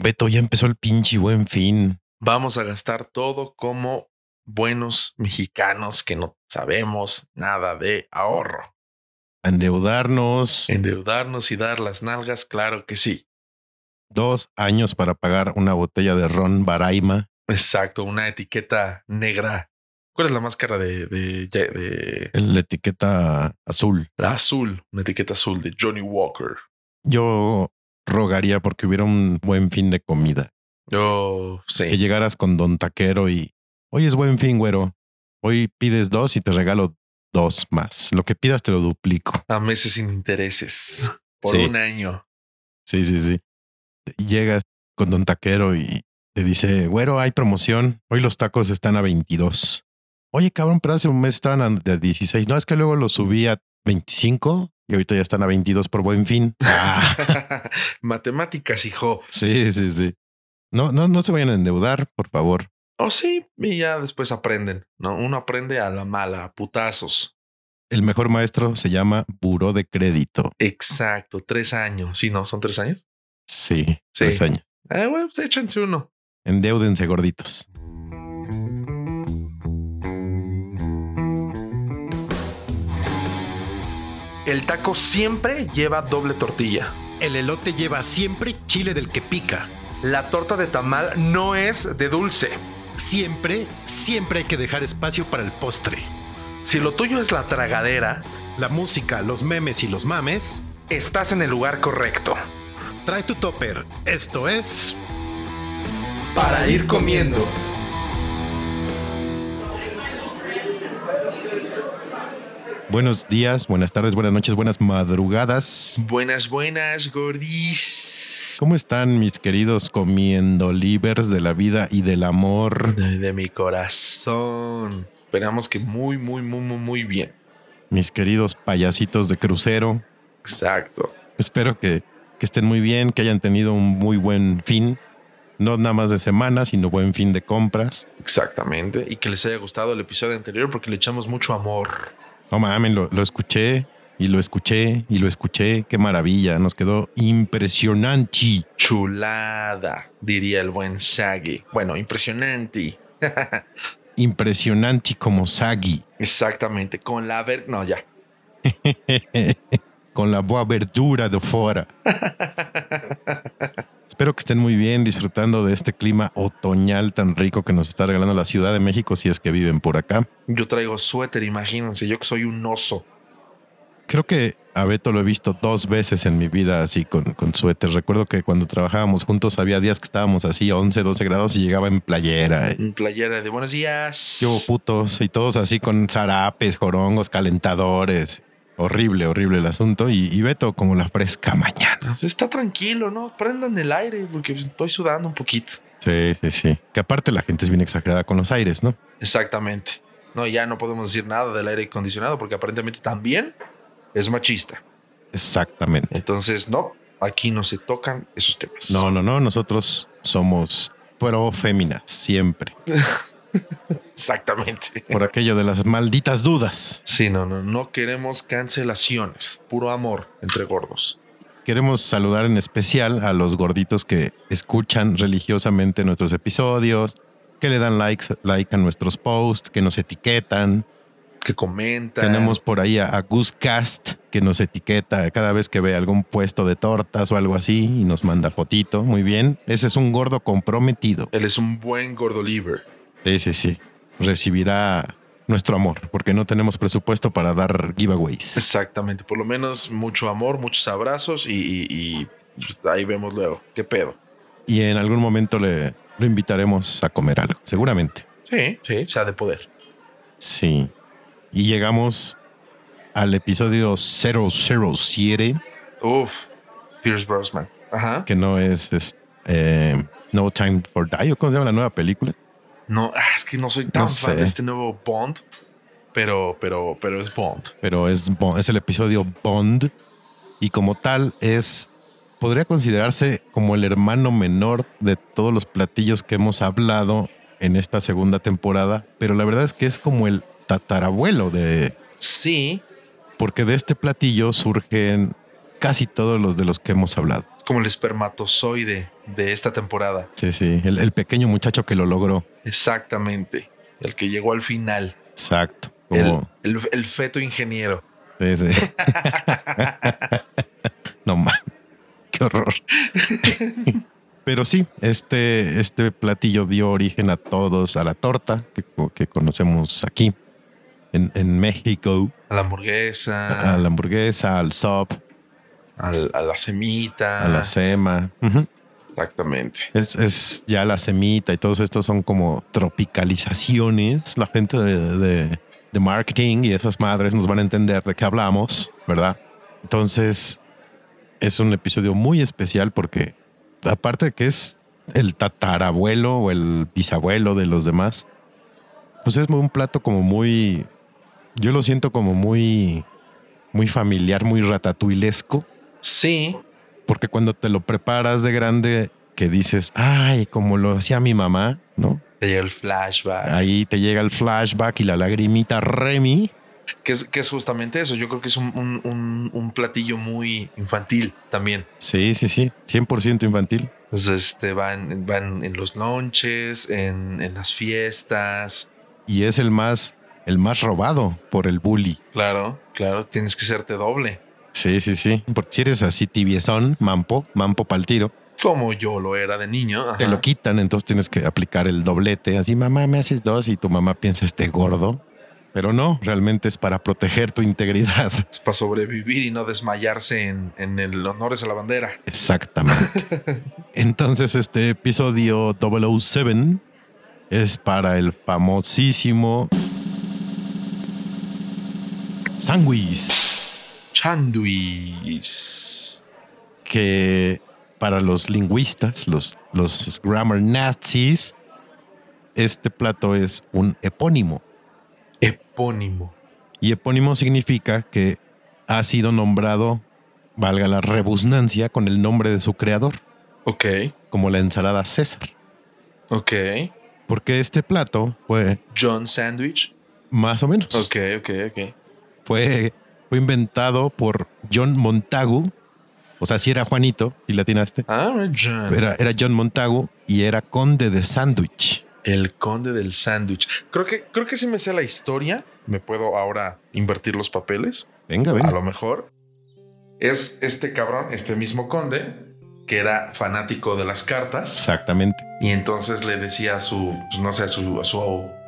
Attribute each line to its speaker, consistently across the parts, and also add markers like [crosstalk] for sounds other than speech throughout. Speaker 1: Beto, ya empezó el pinche buen fin.
Speaker 2: Vamos a gastar todo como buenos mexicanos que no sabemos nada de ahorro.
Speaker 1: Endeudarnos
Speaker 2: Endeudarnos y dar las nalgas, claro que sí.
Speaker 1: dos años para pagar una botella de ron Baraima.
Speaker 2: Exacto, una etiqueta negra. ¿Cuál es la máscara de, de, de- de-
Speaker 1: La etiqueta azul.
Speaker 2: la azul? Una etiqueta azul de Johnny Walker.
Speaker 1: Yo rogaría porque hubiera un buen fin de comida.
Speaker 2: Yo
Speaker 1: Que
Speaker 2: Oh, sí.
Speaker 1: llegaras con Don Taquero y hoy es buen fin, güero. Hoy pides dos y te regalo dos más. Lo que pidas te lo duplico.
Speaker 2: A meses sin intereses. Por
Speaker 1: Sí.
Speaker 2: un año. [laughs]
Speaker 1: Sí, sí, sí. Llegas con Don Taquero y te dice, güero, hay promoción. Hoy los tacos están a 22. Oye, cabrón, pero hace un mes estaban a de 16. No, es que luego los subí a 25 y ahorita ya están a 22 por buen fin. Ah,
Speaker 2: Matemáticas, hijo.
Speaker 1: sí, sí, sí. No, no, no se vayan a endeudar, por favor.
Speaker 2: Oh, sí, y ya después aprenden. ¿no? Uno aprende a la mala, a putazos.
Speaker 1: El mejor maestro se llama Buró de Crédito.
Speaker 2: Exacto, tres años. Sí, no, son tres años.
Speaker 1: Sí,
Speaker 2: Sí.
Speaker 1: tres años.
Speaker 2: Eh, bueno, pues échense uno.
Speaker 1: Endeúdense, gorditos.
Speaker 2: El taco siempre lleva doble tortilla.
Speaker 3: El elote lleva siempre chile del que pica.
Speaker 2: La torta de tamal no es de dulce.
Speaker 3: Siempre, siempre hay que dejar espacio para el postre.
Speaker 2: Si lo tuyo es la tragadera,
Speaker 3: La música, los memes y los mames.
Speaker 2: estás en el lugar correcto.
Speaker 3: Trae tu topper. Esto es...
Speaker 2: Para ir comiendo.
Speaker 1: Buenos días, buenas tardes, buenas noches, buenas madrugadas.
Speaker 2: Buenas, buenas, gordis.
Speaker 1: ¿Cómo están mis queridos comiendo libres de la vida y del amor?
Speaker 2: De, de mi corazón. Esperamos que muy, muy, muy, muy, muy bien.
Speaker 1: Mis queridos payasitos de crucero.
Speaker 2: Exacto.
Speaker 1: Espero que, que estén muy bien, que hayan tenido un muy buen fin. No nada más de semana, sino buen fin de compras.
Speaker 2: Exactamente. Y que les haya gustado el episodio anterior porque le echamos mucho amor.
Speaker 1: No mames, lo, lo escuché y lo escuché y lo escuché. Qué maravilla, nos quedó impresionante.
Speaker 2: Chulada, diría el buen Shaggy. Bueno, impresionante.
Speaker 1: Impresionante como Sagi.
Speaker 2: Exactamente. Con la ver... No, ya.
Speaker 1: Con la boa verdura de fuera. Espero que estén muy bien disfrutando de este clima otoñal tan rico que nos está regalando la Ciudad de México si es que viven por acá.
Speaker 2: Yo traigo suéter, imagínense. Yo que soy un oso.
Speaker 1: Creo que a Beto lo he visto dos veces en mi vida así con, con suéter. Recuerdo que cuando trabajábamos juntos había días que estábamos así a 11, 12 grados y llegaba en playera.
Speaker 2: Mi playera de buenos días.
Speaker 1: Yo putos y todos así con zarapes, jorongos, calentadores. Horrible, horrible el asunto. Y, y Beto como la fresca mañana.
Speaker 2: Pues Está tranquilo, ¿no? Prendan el aire porque pues, estoy sudando un poquito.
Speaker 1: Sí, sí, sí. Que aparte la gente es bien exagerada con los aires, ¿no?
Speaker 2: Exactamente. No, ya no podemos decir nada del aire acondicionado porque aparentemente también es machista.
Speaker 1: Exactamente.
Speaker 2: Entonces, no, aquí no se tocan esos temas.
Speaker 1: No, no, no. Nosotros somos pro féminas siempre.
Speaker 2: Exactamente.
Speaker 1: Por aquello de las malditas dudas.
Speaker 2: Sí, no, no, no queremos cancelaciones. Puro amor entre gordos.
Speaker 1: Queremos saludar en especial a los gorditos que escuchan religiosamente nuestros episodios, que le dan likes, like a nuestros posts, que nos etiquetan.
Speaker 2: Que comentan.
Speaker 1: Tenemos por ahí a, a Guscast que nos etiqueta cada vez que ve algún puesto de tortas o algo así y nos manda fotito. Muy bien. Ese es un gordo comprometido.
Speaker 2: Él es un buen gordo liver.
Speaker 1: Sí, sí, sí. Recibirá nuestro amor porque no tenemos presupuesto para dar giveaways.
Speaker 2: Exactamente. Por lo menos mucho amor, muchos abrazos y, y- y, pues, ahí vemos luego. ¿Qué pedo?
Speaker 1: Y en algún momento le lo invitaremos a comer algo, seguramente.
Speaker 2: Sí, sí, o sea, de poder.
Speaker 1: Sí. Y llegamos al episodio 007,
Speaker 2: Uf, Pierce Brosnan. Ajá.
Speaker 1: que no es, es, eh, No Time for Die, o cómo se llama la nueva película.
Speaker 2: No, ah, es que no soy tan
Speaker 1: No
Speaker 2: fan
Speaker 1: sé.
Speaker 2: de este nuevo Bond, pero, pero, pero es Bond.
Speaker 1: Pero es, Bo- es el episodio Bond. Y como tal, es. Podría considerarse como el hermano menor de todos los platillos que hemos hablado en esta segunda temporada. Pero la verdad es que es como el tatarabuelo de.
Speaker 2: Sí,
Speaker 1: Porque de este platillo surgen casi todos los de los que hemos hablado.
Speaker 2: es como el espermatozoide de esta temporada.
Speaker 1: Sí, sí. El, el pequeño muchacho que lo logró.
Speaker 2: Exactamente. El que llegó al final.
Speaker 1: Exacto.
Speaker 2: El,
Speaker 1: Como,
Speaker 2: el- el feto ingeniero.
Speaker 1: sí, sí. [laughs] No man, qué horror. Pero sí, este, este platillo dio origen a todos, a la torta que, que conocemos aquí en, en México,
Speaker 2: A la hamburguesa,
Speaker 1: a la hamburguesa, al sop,
Speaker 2: al- a la semita.
Speaker 1: a la sema. Ujú.
Speaker 2: Exactamente.
Speaker 1: es, es ya la semita y todos estos son como tropicalizaciones. La gente de, de- de marketing y esas madres nos van a entender de qué hablamos, ¿verdad? Entonces es un episodio muy especial porque aparte de que es el tatarabuelo o el bisabuelo de los demás, pues es un plato como muy, yo lo siento como muy, muy familiar, muy ratatuilesco.
Speaker 2: Sí,
Speaker 1: Porque cuando te lo preparas de grande, que dices, ay, como lo hacía mi mamá, ¿no?
Speaker 2: te llega el flashback.
Speaker 1: Ahí te llega el flashback y la lagrimita Remy.
Speaker 2: Que es, que es justamente eso. Yo creo que es un, un- un- un platillo muy infantil también.
Speaker 1: Sí, sí, sí, 100% infantil.
Speaker 2: Entonces, Este, van, van en los lunches, en, en las fiestas.
Speaker 1: Y es el más, el más robado por el bully.
Speaker 2: Claro, claro, tienes que serte doble.
Speaker 1: Sí, sí, sí. Porque si eres así tibiezón, mampo, mampo pa'l tiro,
Speaker 2: Como yo lo era de niño.
Speaker 1: te
Speaker 2: ajá.
Speaker 1: lo quitan, entonces tienes que aplicar el doblete. Así, mamá, me haces dos y tu mamá piensa este gordo. Pero no, realmente es para proteger tu integridad.
Speaker 2: Es para sobrevivir y no desmayarse en, en el honores a la bandera.
Speaker 1: Exactamente. Entonces, este episodio 007 es para el famosísimo sándwich,
Speaker 2: Chanduis.
Speaker 1: que para los lingüistas, los, los grammar nazis, este plato es un epónimo.
Speaker 2: Epónimo.
Speaker 1: Y epónimo significa que ha sido nombrado, valga la rebusnancia, con el nombre de su creador,
Speaker 2: Ok,
Speaker 1: como la ensalada César.
Speaker 2: ok.
Speaker 1: Porque este plato fue
Speaker 2: John Sandwich.
Speaker 1: más o menos.
Speaker 2: Ok, ok, ok.
Speaker 1: Fue, fue inventado por John Montagu. O sea, si era Juanito, y latinaste.
Speaker 2: Ah, John.
Speaker 1: Era, era John Montagu y era conde de Sandwich.
Speaker 2: El conde del sándwich. Creo que, creo que sí me sé la historia. Me puedo ahora invertir los papeles.
Speaker 1: Venga,
Speaker 2: A
Speaker 1: venga.
Speaker 2: lo mejor. Es este cabrón, este mismo conde, que era fanático de las cartas.
Speaker 1: Exactamente.
Speaker 2: Y entonces le decía a su, pues, no sé, a su, a su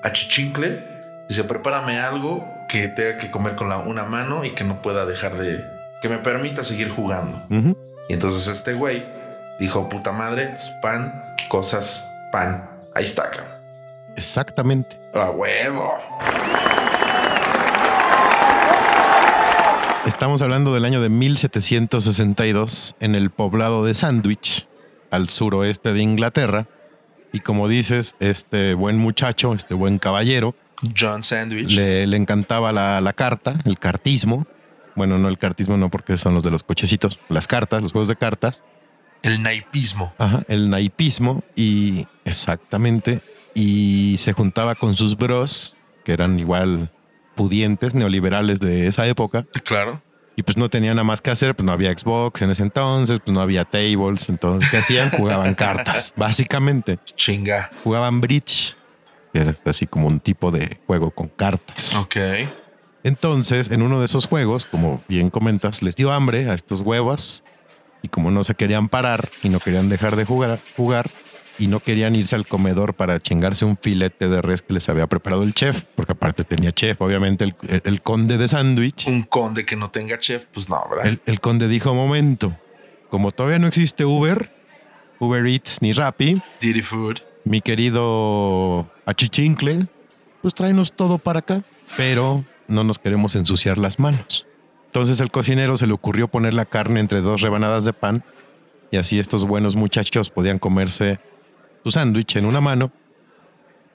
Speaker 2: achichincle, dice, prepárame algo que tenga que comer con la, una mano y que no pueda dejar de, que me permita seguir jugando.
Speaker 1: Ujú.
Speaker 2: Y entonces este güey dijo, puta madre, pues, pan, cosas, pan. Ahí está, cabrón.
Speaker 1: Exactamente.
Speaker 2: A huevo.
Speaker 1: Estamos hablando del año de 1762 en el poblado de Sandwich, al suroeste de Inglaterra. Y como dices, este buen muchacho, este buen caballero,
Speaker 2: John Sandwich.
Speaker 1: le, le encantaba la, la carta, el cartismo. Bueno, no el cartismo, no porque son los de los cochecitos, las cartas, los juegos de cartas.
Speaker 2: el naipismo.
Speaker 1: Ajá, el naipismo y exactamente. Y se juntaba con sus bros, que eran igual pudientes, neoliberales de esa época.
Speaker 2: Claro.
Speaker 1: Y pues no tenían nada más que hacer, pues no había Xbox en ese entonces, pues no había tables. Entonces, ¿qué hacían? Jugaban cartas, básicamente.
Speaker 2: Chinga.
Speaker 1: Jugaban bridge, que era así como un tipo de juego con cartas.
Speaker 2: Ok.
Speaker 1: Entonces, en uno de esos juegos, como bien comentas, les dio hambre a estos huevos y como no se querían parar y no querían dejar de jugar, jugar y no querían irse al comedor para chingarse un filete de res que les había preparado el chef, porque aparte tenía chef, obviamente el, el conde de sándwich.
Speaker 2: Un conde que no tenga chef, pues no, ¿verdad?
Speaker 1: El, el conde dijo, momento, como todavía no existe Uber, Uber Eats ni Rappi,
Speaker 2: Diddy Food.
Speaker 1: mi querido achichincle, pues tráenos todo para acá, pero no nos queremos ensuciar las manos. Entonces el cocinero se le ocurrió poner la carne entre dos rebanadas de pan y así estos buenos muchachos podían comerse su sándwich en una mano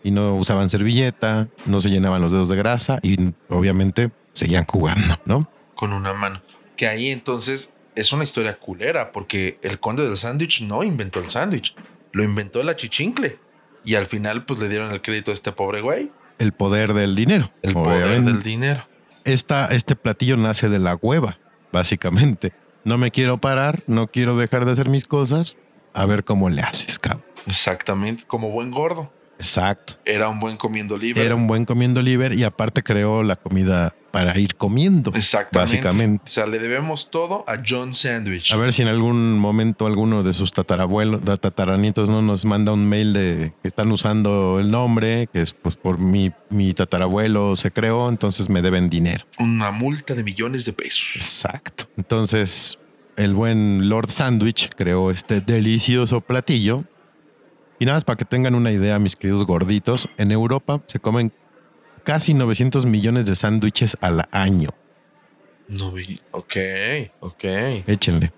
Speaker 1: y no usaban servilleta, no se llenaban los dedos de grasa y obviamente seguían jugando, ¿no?
Speaker 2: con una mano. Que ahí entonces es una historia culera, porque el conde del sándwich no inventó el sándwich, lo inventó el achichincle. Y al final, pues le dieron el crédito a este pobre güey,
Speaker 1: El poder del dinero.
Speaker 2: el poder
Speaker 1: obviamente.
Speaker 2: del dinero.
Speaker 1: esta, este platillo nace de la hueva, básicamente. No me quiero parar, no quiero dejar de hacer mis cosas. a ver cómo le haces, cabrón.
Speaker 2: Exactamente, como buen gordo.
Speaker 1: Exacto.
Speaker 2: Era un buen comiendo libre.
Speaker 1: Era un buen comiendo libre y aparte creó la comida para ir comiendo.
Speaker 2: Exactamente.
Speaker 1: Básicamente.
Speaker 2: O sea, le debemos todo a John Sandwich.
Speaker 1: A ver si en algún momento alguno de sus tatarabuelos, da- tataranitos, no nos manda un mail de que están usando el nombre, que es pues por mi, mi tatarabuelo se creó, entonces me deben dinero.
Speaker 2: Una multa de millones de pesos.
Speaker 1: Exacto. Entonces, el buen Lord Sandwich creó este delicioso platillo. Y nada más para que tengan una idea, mis queridos gorditos, en Europa se comen casi 900 millones de sándwiches al año.
Speaker 2: No, vi- ok, ok.
Speaker 1: Échenle.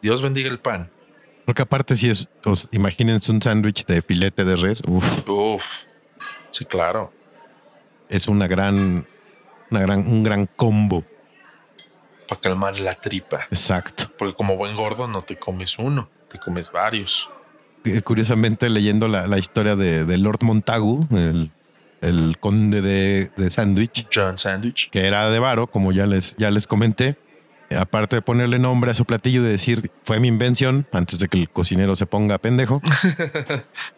Speaker 2: Dios bendiga el pan.
Speaker 1: Porque aparte si es, os- imagínense un sándwich de filete de res, uf,
Speaker 2: Uf. Sí, claro.
Speaker 1: es una gran, una gran, un gran combo.
Speaker 2: Para calmar la tripa.
Speaker 1: Exacto.
Speaker 2: Porque como buen gordo no te comes uno, te comes varios.
Speaker 1: Eh, Curiosamente leyendo la, la historia de, de Lord Montagu, el, el conde de, de sándwich,
Speaker 2: John Sandwich.
Speaker 1: que era de varo, como ya les, ya les comenté. Eh, Aparte de ponerle nombre a su platillo y de decir fue mi invención antes de que el cocinero se ponga pendejo.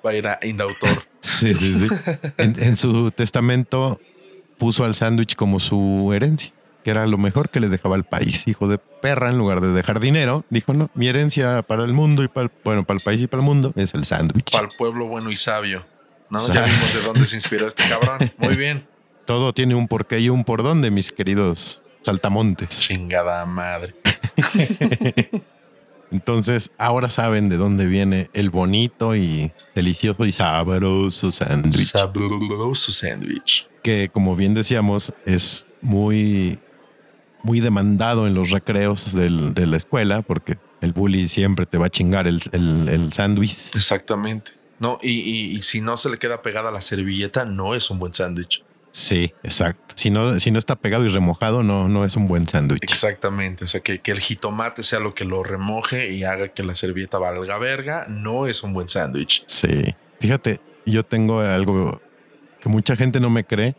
Speaker 2: Va a ir a
Speaker 1: [laughs]
Speaker 2: Indautor.
Speaker 1: Sí, sí, sí. En, en su testamento puso al sándwich como su herencia, que era lo mejor que le dejaba al país. Hijo de perra, en lugar de dejar dinero, dijo no, mi herencia para el mundo y para el, bueno, para el país y para el mundo es el sándwich.
Speaker 2: Para el pueblo bueno y sabio. No, ya
Speaker 1: Sa-
Speaker 2: vimos de dónde se inspiró este
Speaker 1: [laughs]
Speaker 2: cabrón. Muy bien.
Speaker 1: Todo tiene un porqué y un por dónde, mis queridos saltamontes.
Speaker 2: Chingada madre.
Speaker 1: Entonces, ahora saben de dónde viene el bonito y delicioso y sabroso sándwich.
Speaker 2: Sabroso sándwich.
Speaker 1: que, como bien decíamos, es muy, muy demandado en los recreos del- de la escuela, porque el bully siempre te va a chingar el, el, el sándwich.
Speaker 2: Exactamente. No, y, y- y si no se le queda pegada la servilleta, no es un buen sándwich.
Speaker 1: Sí, exacto. Si no, si no está pegado y remojado, no, no es un buen sándwich.
Speaker 2: Exactamente. O sea, que, que el jitomate sea lo que lo remoje y haga que la servilleta valga verga, no es un buen sándwich.
Speaker 1: Sí. Fíjate, yo tengo algo que mucha gente no me cree,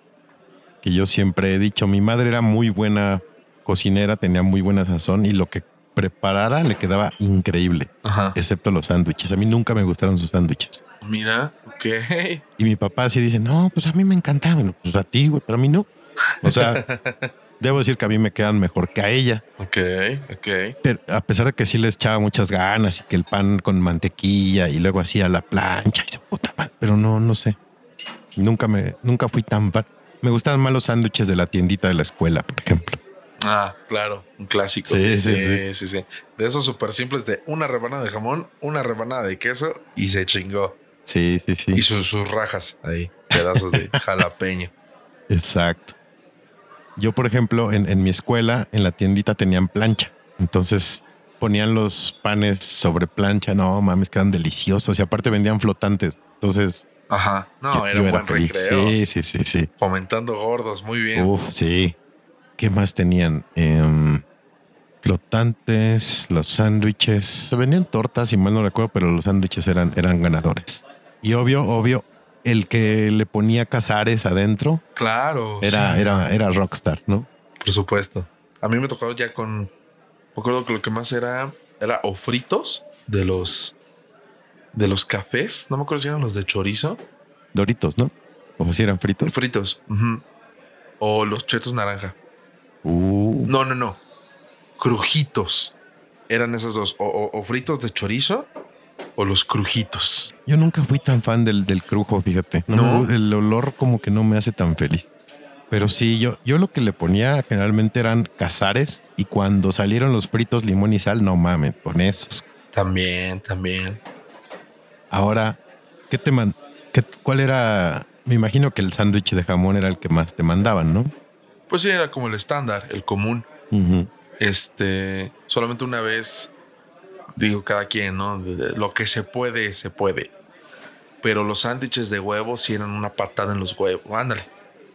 Speaker 1: que yo siempre he dicho, mi madre era muy buena cocinera, tenía muy buena sazón y lo que preparara le quedaba increíble,
Speaker 2: Ajá.
Speaker 1: excepto los sándwiches. A mí nunca me gustaron sus sándwiches.
Speaker 2: Mira, ok.
Speaker 1: Y mi papá sí dice, no, pues a mí me encantaba. Bueno, pues a ti, güey, pero a mí no. O
Speaker 2: [laughs]
Speaker 1: sea, debo decir que a mí me quedan mejor que a ella.
Speaker 2: Ok, ok.
Speaker 1: Pero a pesar de que sí les echaba muchas ganas y que el pan con mantequilla y luego hacía la plancha y su puta madre, pero no, no sé. Nunca me, nunca fui tan fan. Me gustaban más los sándwiches de la tiendita de la escuela, por ejemplo.
Speaker 2: Ah, claro, un clásico.
Speaker 1: Sí, sí,
Speaker 2: sí, sí. De esos súper simples de una rebanada de jamón, una rebanada de queso y se chingó.
Speaker 1: Sí, sí, sí.
Speaker 2: Y sus, sus rajas ahí,
Speaker 1: [laughs]
Speaker 2: pedazos de jalapeño.
Speaker 1: Exacto. Yo, por ejemplo, en, en mi escuela, en la tiendita tenían plancha. Entonces ponían los panes sobre plancha. No mames, quedan deliciosos. Y aparte vendían flotantes. Entonces,
Speaker 2: Ajá. No,
Speaker 1: yo-
Speaker 2: era
Speaker 1: yo
Speaker 2: un buen
Speaker 1: feliz.
Speaker 2: recreo.
Speaker 1: Sí, sí, sí, sí.
Speaker 2: Fomentando gordos, muy bien.
Speaker 1: Uf, sí. ¿Qué más tenían? Em, flotantes, los sándwiches. Se vendían tortas, si mal no recuerdo, pero los sándwiches eran, eran ganadores. Y obvio, obvio, el que le ponía cazares adentro
Speaker 2: Claro.
Speaker 1: era,
Speaker 2: sí,
Speaker 1: era, era rockstar, ¿no?
Speaker 2: Por supuesto. A mí me tocó ya con. Me acuerdo que lo que más era. Era o fritos de los. De los cafés. No me acuerdo si eran los de chorizo.
Speaker 1: Doritos, ¿no? O si eran fritos.
Speaker 2: Fritos. ujú. O los chetos naranja.
Speaker 1: Uh,
Speaker 2: No, no, no. Crujitos. Eran esas dos. O, o- o fritos de chorizo. O los crujitos.
Speaker 1: yo nunca fui tan fan del, del crujo, fíjate. No,
Speaker 2: ¿No?
Speaker 1: me gu- el olor como que no me hace tan feliz. Pero sí, yo, yo lo que le ponía generalmente eran cazares y cuando salieron los fritos limón y sal, no mames, con esos.
Speaker 2: También, también.
Speaker 1: Ahora, ¿qué te man qué- ¿Cuál era? Me imagino que el sándwich de jamón era el que más te mandaban, ¿no?
Speaker 2: Pues sí, era como el estándar, el común.
Speaker 1: Ujú.
Speaker 2: Este, solamente una vez, digo cada quien, ¿no? De- de- Lo que se puede, se puede. Pero los sándwiches de huevo sí eran una patada en los huevos. Ándale.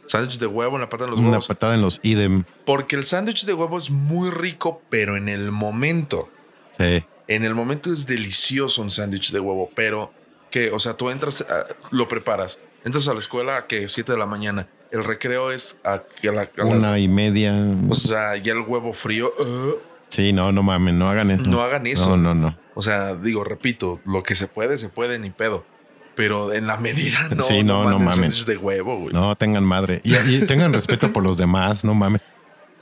Speaker 2: Sándwich de huevo, una patada en los
Speaker 1: Una
Speaker 2: huevos.
Speaker 1: patada en los idem.
Speaker 2: Porque el sándwich de huevo es muy rico, pero en el momento.
Speaker 1: Sí.
Speaker 2: En el momento es delicioso un sándwich de huevo, pero que, o sea, tú entras, a- lo preparas, entras a la escuela a que 7 de la mañana. El recreo es a, que a la- a las-
Speaker 1: Una y media.
Speaker 2: Pues o sea, ya el huevo frío. uh,
Speaker 1: Sí, no, no mamen, no hagan eso.
Speaker 2: No hagan eso.
Speaker 1: No, no, no.
Speaker 2: O sea, digo, repito, lo que se puede, se puede, ni pedo. Pero en
Speaker 1: [laughs]
Speaker 2: la medida, no.
Speaker 1: Sí, no, no
Speaker 2: manden
Speaker 1: mamen.
Speaker 2: sándwiches de huevo, güey.
Speaker 1: No tengan madre. Y, y tengan respeto por los demás, no mames.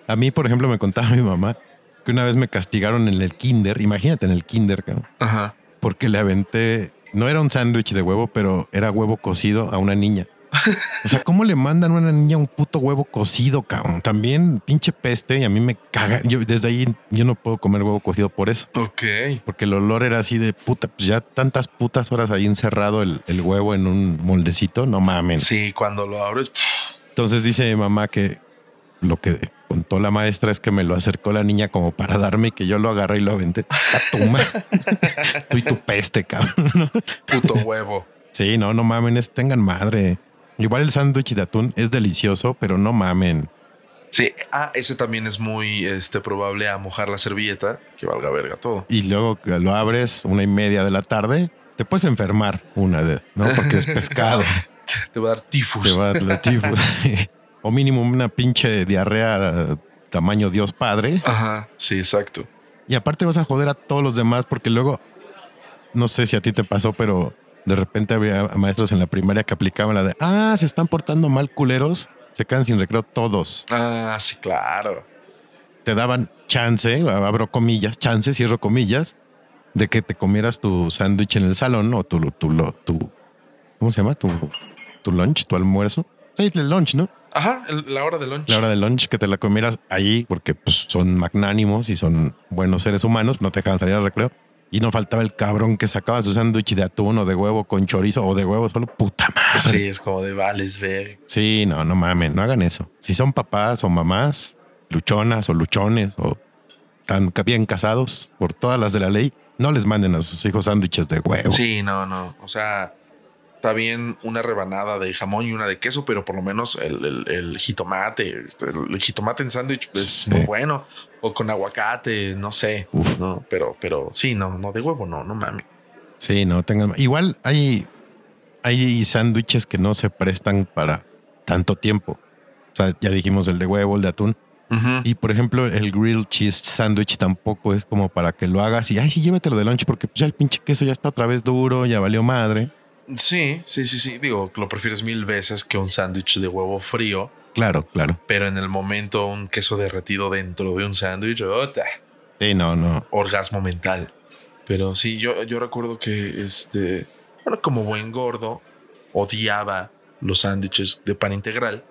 Speaker 1: A mí, por ejemplo, me contaba mi mamá que una vez me castigaron en el kinder. Imagínate en el kinder, cabrón,
Speaker 2: Ajá.
Speaker 1: porque le aventé. No era un sándwich de huevo, pero era huevo cocido a una niña. O sea, ¿cómo le mandan a una niña un puto huevo cocido, cabrón? También pinche peste y a mí me caga. Yo desde ahí yo no puedo comer huevo cocido por eso,
Speaker 2: Ok.
Speaker 1: porque el olor era así de puta. Pues ya tantas putas horas ahí encerrado el, el huevo en un moldecito. No mamen.
Speaker 2: Sí, cuando lo abres, pff,
Speaker 1: Entonces dice mi mamá que lo que contó la maestra es que me lo acercó la niña como para darme y que yo lo agarré y lo aventé. A tu ma- Tú y tu peste, cabrón. [laughs]
Speaker 2: puto huevo.
Speaker 1: Sí, no, no mamen, es- tengan madre. Igual el sándwich de atún es delicioso, pero no mamen.
Speaker 2: Sí, ah, ese también es muy este, probable a mojar la servilleta, que valga verga todo.
Speaker 1: Y luego que lo abres una y media de la tarde, te puedes enfermar una de, ¿no? Porque es pescado.
Speaker 2: Te va a dar tifus.
Speaker 1: te va a dar la tifus. O mínimo una pinche diarrea tamaño Dios Padre.
Speaker 2: Ajá, sí, exacto.
Speaker 1: Y aparte vas a joder a todos los demás porque luego, no sé si a ti te pasó, pero de repente había maestros en la primaria que aplicaban la de, ah, se están portando mal culeros, se quedan sin recreo todos.
Speaker 2: Ah, sí, claro.
Speaker 1: Te daban chance, abro comillas, chance, cierro comillas, de que te comieras tu sándwich en el salón o tu, tu, lo- tu- ¿cómo se llama? Tu, tu lunch, tu almuerzo. Sí, el lunch, ¿no?
Speaker 2: Ajá, el- la hora de lunch.
Speaker 1: La hora del lunch que te la comieras ahí porque pues, son magnánimos y son buenos seres humanos, no te dejaban salir al recreo. Y no faltaba el cabrón que sacaba su sándwich de atún o de huevo con chorizo o de huevo solo. Puta madre. Sí.
Speaker 2: Sí, es como de vales ver.
Speaker 1: no, no mamen, no hagan eso. Si son papás o mamás, luchonas o luchones o tan ca- bien casados por todas las de la ley, no les manden a sus hijos sándwiches de huevo.
Speaker 2: Sí, no, no. O sea, está bien una rebanada de jamón y una de queso, pero por lo menos el, el- el jitomate, este, el, jitomate en sándwich es
Speaker 1: Sí.
Speaker 2: muy bueno. O con aguacate, no sé.
Speaker 1: Uf.
Speaker 2: No, pero, pero sí, no, no de huevo, no, no mami.
Speaker 1: Sí, no tengan. Igual hay, hay sándwiches que no se prestan para tanto tiempo. O sea, ya dijimos el de huevo, el de atún.
Speaker 2: Ujú.
Speaker 1: Y por ejemplo, el grilled cheese sandwich tampoco es como para que lo hagas y ay, sí, llévatelo de lunch porque pues, ya el pinche queso ya está otra vez duro, ya valió madre.
Speaker 2: Sí, sí, sí, sí. Digo, lo prefieres mil veces que un sándwich de huevo frío,
Speaker 1: Claro, claro.
Speaker 2: pero en el momento un queso derretido dentro de un sándwich, ¡ota!
Speaker 1: Sí, no, no.
Speaker 2: orgasmo mental. Pero sí, yo, yo recuerdo que este, bueno, como buen gordo, odiaba los sándwiches de pan integral,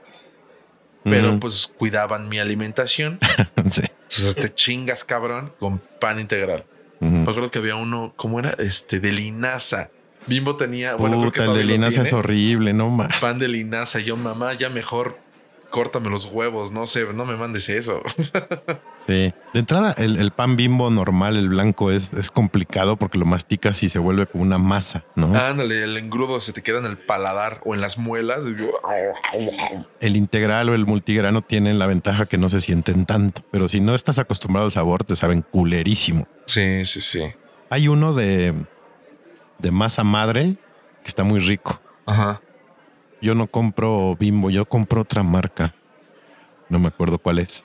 Speaker 2: pero
Speaker 1: Ujú.
Speaker 2: pues cuidaban mi alimentación.
Speaker 1: Mm, [laughs] Sí.
Speaker 2: Entonces te chingas, cabrón, con pan integral.
Speaker 1: Ujú.
Speaker 2: Me acuerdo que había uno, ¿cómo era? Este, de linaza. Bimbo tenía, bueno, creo que
Speaker 1: Puta, el de
Speaker 2: todavía lo
Speaker 1: linaza es
Speaker 2: tiene,
Speaker 1: horrible, no más.
Speaker 2: pan de linaza. Yo, mamá, ya mejor córtame los huevos, no sé, no me mandes eso.
Speaker 1: Sí. De entrada, el, el pan bimbo normal, el blanco, es, es complicado porque lo masticas y se vuelve como una masa, ¿no?
Speaker 2: Ándale, el engrudo se te queda en el paladar o en las muelas. y digo,
Speaker 1: El integral o el multigrano tienen la ventaja que no se sienten tanto, pero si no estás acostumbrado al sabor, te saben culerísimo.
Speaker 2: Sí, sí, sí.
Speaker 1: Hay uno de, de masa madre que está muy rico.
Speaker 2: Ajá.
Speaker 1: Yo no compro Bimbo, yo compro otra marca. No me acuerdo cuál es.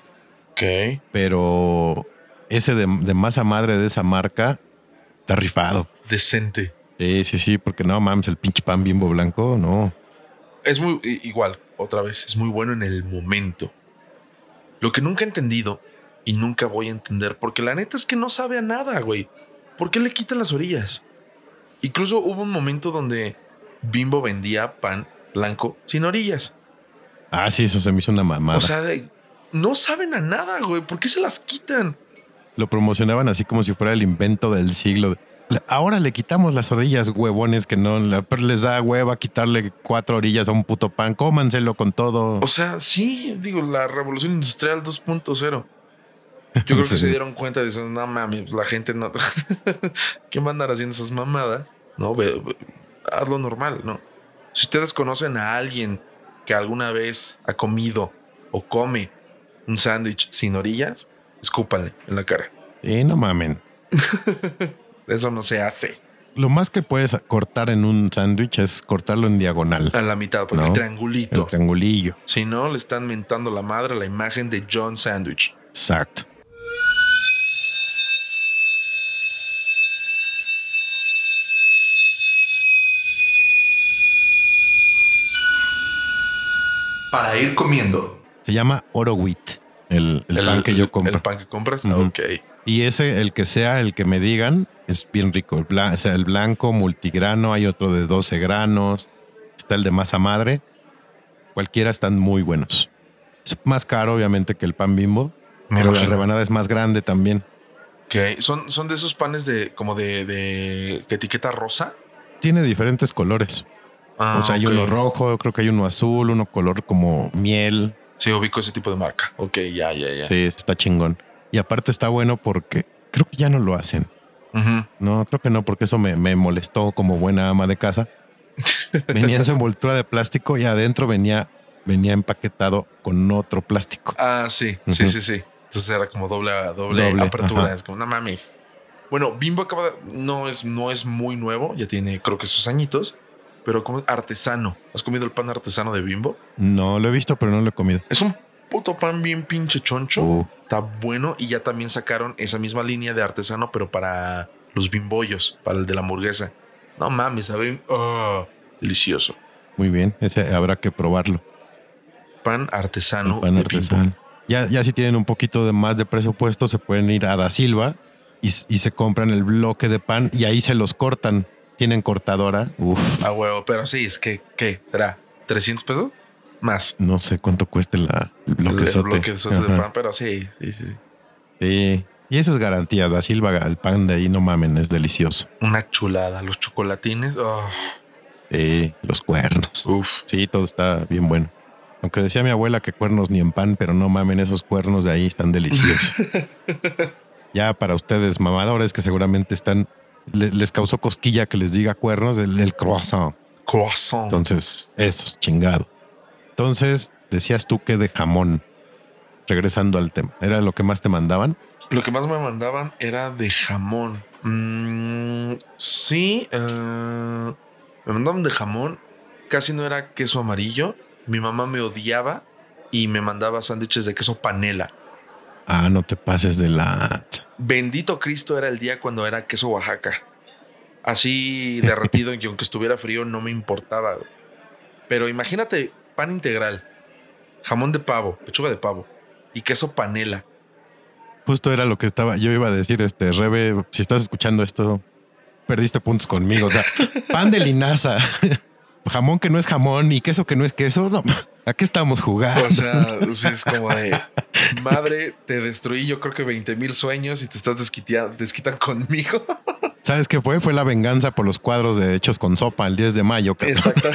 Speaker 2: Ok.
Speaker 1: Pero ese de, de masa madre de esa marca está rifado.
Speaker 2: Decente.
Speaker 1: Sí, sí, sí, porque no mames, el pinche pan Bimbo blanco, no.
Speaker 2: Es muy i- igual, otra vez, es muy bueno en el momento. Lo que nunca he entendido y nunca voy a entender, porque la neta es que no sabe a nada, güey. ¿Por qué le quitan las orillas? Incluso hubo un momento donde Bimbo vendía pan blanco sin orillas.
Speaker 1: Ah, sí, eso se me hizo una mamada.
Speaker 2: O sea, de- no saben a nada, güey. ¿Por qué se las quitan?
Speaker 1: Lo promocionaban así como si fuera el invento del siglo. La- Ahora le quitamos las orillas, huevones, que no la- pero les da hueva quitarle cuatro orillas a un puto pan. Cómanselo con todo.
Speaker 2: O sea, sí, digo, la revolución industrial 2.0. Yo
Speaker 1: [laughs]
Speaker 2: creo
Speaker 1: Sí.
Speaker 2: que se dieron cuenta de eso. No mames, la gente no. [laughs] ¿Quién va a andar haciendo esas mamadas? No, ve- ve- hazlo normal, ¿no? Si ustedes conocen a alguien que alguna vez ha comido o come un sándwich sin orillas, escúpanle en la cara.
Speaker 1: Sí, no mamen.
Speaker 2: Eso no se hace
Speaker 1: Lo más que puedes cortar en un sándwich es cortarlo en diagonal,
Speaker 2: a la mitad, porque
Speaker 1: No.
Speaker 2: el
Speaker 1: el
Speaker 2: triangulito.
Speaker 1: triangulillo.
Speaker 2: si no, le están mentando la madre a la imagen de John Sandwich.
Speaker 1: Exacto.
Speaker 4: para ir comiendo.
Speaker 1: Se llama Oro Wheat, el, el pan que yo compro.
Speaker 2: El pan que compras.
Speaker 1: Ujú.
Speaker 2: Ok.
Speaker 1: Y ese, el que sea, el que me digan, es bien rico. El, bla- o sea, el blanco, multigrano, hay otro de 12 granos, está el de masa madre. Cualquiera están muy buenos. Es más caro, obviamente, que el pan bimbo,
Speaker 2: Me
Speaker 1: pero la
Speaker 2: imagino.
Speaker 1: rebanada es más grande también.
Speaker 2: Ok. Son, son de esos panes de como de, de etiqueta rosa.
Speaker 1: Tiene diferentes colores.
Speaker 2: Ah,
Speaker 1: o sea, hay
Speaker 2: ok.
Speaker 1: uno rojo, creo que hay uno azul, uno color como miel.
Speaker 2: Sí, ubico ese tipo de marca. Ok, ya, ya, ya.
Speaker 1: Sí, está chingón. Y aparte está bueno porque creo que ya no lo hacen.
Speaker 2: Ujú.
Speaker 1: No, creo que no, porque eso me, me molestó como buena ama de casa. Venía
Speaker 2: [laughs]
Speaker 1: en su envoltura de plástico y adentro venía, venía empaquetado con otro plástico.
Speaker 2: Ah, sí, sí,
Speaker 1: Ujú.
Speaker 2: sí, sí. Entonces era como doble, doble,
Speaker 1: Doble,
Speaker 2: apertura.
Speaker 1: ajá.
Speaker 2: Es como, no mames. Bueno, Bimbo acaba de- no es, no es muy nuevo, ya tiene creo que sus añitos, pero como artesano. ¿Has comido el pan artesano de Bimbo?
Speaker 1: No lo he visto, pero no lo he comido.
Speaker 2: Es un puto pan bien pinche choncho.
Speaker 1: Uh,
Speaker 2: Está bueno y ya también sacaron esa misma línea de artesano, pero para los bimbollos, para el de la hamburguesa. No mames, saben. ah, delicioso.
Speaker 1: muy bien, ese habrá que probarlo.
Speaker 2: Pan
Speaker 1: el
Speaker 2: artesano.
Speaker 1: pan
Speaker 2: de
Speaker 1: artesano.
Speaker 2: Bimbo.
Speaker 1: Ya, ya si tienen un poquito de más de presupuesto, se pueden ir a Da Silva y, s- y se compran el bloque de pan y ahí se los cortan. Tienen cortadora. Ah, Uf,
Speaker 2: A Ah, huevo, pero sí, es que, ¿qué? ¿Será 300 pesos? Más.
Speaker 1: no sé cuánto cueste la, el
Speaker 2: El- el
Speaker 1: bloquezote.
Speaker 2: bloquezote de
Speaker 1: Ajá.
Speaker 2: pan, pero sí, sí, sí.
Speaker 1: Sí. Y esa es garantía. Da Silva, el pan de ahí, no mamen, es delicioso.
Speaker 2: Una chulada. Los chocolatines. ah,
Speaker 1: Sí, los cuernos.
Speaker 2: uf.
Speaker 1: Sí, todo está bien bueno. Aunque decía mi abuela que cuernos ni en pan, pero no mamen, esos cuernos de ahí están deliciosos. ya para ustedes, mamadores, que seguramente están, le- les causó cosquilla que les diga cuernos, el, el croissant.
Speaker 2: Croissant.
Speaker 1: Entonces, eso es chingado. Entonces, decías tú que de jamón, regresando al tema, ¿era lo que más te mandaban?
Speaker 2: Lo que más me mandaban era de jamón. Mm, sí, eh, me mandaban de jamón. Casi no era queso amarillo. Mi mamá me odiaba y me mandaba sándwiches de queso panela.
Speaker 1: Ah, no te pases de la...
Speaker 2: Bendito Cristo era el día cuando era queso Oaxaca. Así derretido y aunque estuviera frío no me importaba. güey. Pero imagínate pan integral, jamón de pavo, pechuga de pavo y queso panela.
Speaker 1: Justo era lo que estaba, yo iba a decir, este, Rebe, si estás escuchando esto, perdiste puntos conmigo. O sea, pan de linaza, [laughs] jamón que no es jamón y queso que no es queso. No, ¿a qué estamos jugando?
Speaker 2: O sea, sí es como de madre, te destruí yo creo que 20 mil sueños y te estás desquitia- desquitando conmigo. [laughs]
Speaker 1: ¿Sabes qué fue? Fue la venganza por los cuadros de Hechos con Sopa el 10 de mayo, cabrón.
Speaker 2: Exacto.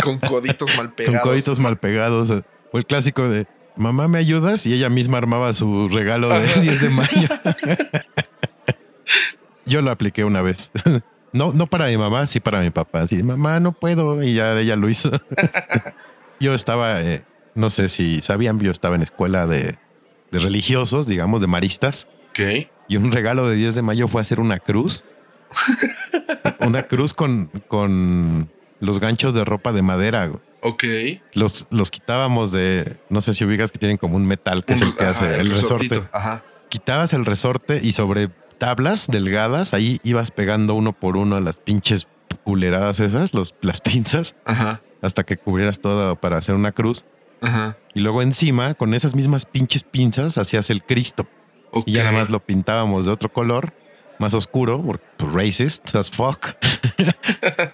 Speaker 2: Con coditos mal
Speaker 1: con
Speaker 2: pegados.
Speaker 1: coditos mal pegados. O el clásico de mamá, ¿me ayudas? Y ella misma armaba su regalo de
Speaker 2: Ajá.
Speaker 1: 10 de
Speaker 2: [laughs]
Speaker 1: mayo. Yo lo apliqué una vez. [laughs] No, no para mi mamá, sí para mi papá. Así, mamá, no puedo. Y ya ella lo hizo. [laughs] Yo estaba, eh, no sé si sabían, yo estaba en escuela de, de religiosos, digamos, de maristas.
Speaker 2: Ok.
Speaker 1: Y un regalo de 10 de mayo fue hacer una
Speaker 2: [laughs]
Speaker 1: cruz. Una cruz con, con los ganchos de ropa de madera. güey
Speaker 2: Ok.
Speaker 1: los, los quitábamos de, no sé si ubicas que tienen como un metal, que es el que
Speaker 2: Ajá,
Speaker 1: hace el
Speaker 2: resortito.
Speaker 1: resorte.
Speaker 2: Ajá.
Speaker 1: Quitabas el resorte y sobre tablas delgadas, ahí ibas pegando uno por uno a las pinches culeradas esas, los, las pinzas,
Speaker 2: Ajá.
Speaker 1: hasta que cubrieras todo para hacer una cruz.
Speaker 2: Ajá.
Speaker 1: Y luego encima, con esas mismas pinches pinzas, hacías el Cristo.
Speaker 2: Ok.
Speaker 1: Y ya nada más lo pintábamos de otro color, más oscuro, porque pues, racist as
Speaker 2: [laughs]
Speaker 1: fuck.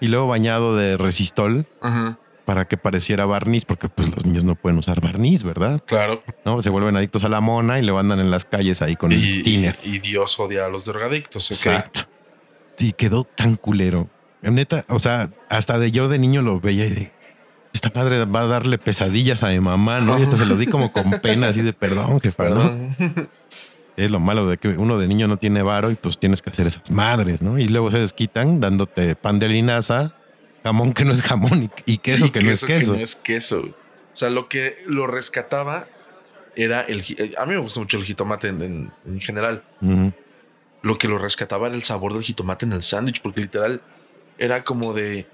Speaker 1: y luego bañado de resistol
Speaker 2: Ajá.
Speaker 1: para que pareciera barniz, porque pues los niños no pueden usar barniz, ¿verdad?
Speaker 2: Claro,
Speaker 1: ¿no? Se vuelven adictos a la mona y luego andan en las calles ahí con el tiner.
Speaker 2: y Dios odia a los drogadictos. ok.
Speaker 1: Exacto. Y quedó tan culero. Neta, o sea, hasta de yo de niño lo veía y de esta madre va a darle pesadillas a mi mamá, ¿no? Y hasta se lo di como con pena, así de perdón, jefa, ¿no?
Speaker 2: Perdón.
Speaker 1: Es lo malo de que uno de niño no tiene varo y pues tienes que hacer esas madres, ¿no? Y luego se desquitan dándote pan de linaza, jamón que no es jamón y, y [laughs] queso
Speaker 2: Y
Speaker 1: que no es queso.
Speaker 2: Que no es queso. güey. O sea, lo que lo rescataba era el. ji- eh, A mí me gusta mucho el jitomate en, en- en general.
Speaker 1: Ujú.
Speaker 2: Lo que lo rescataba era el sabor del jitomate en el sándwich, porque literal era como de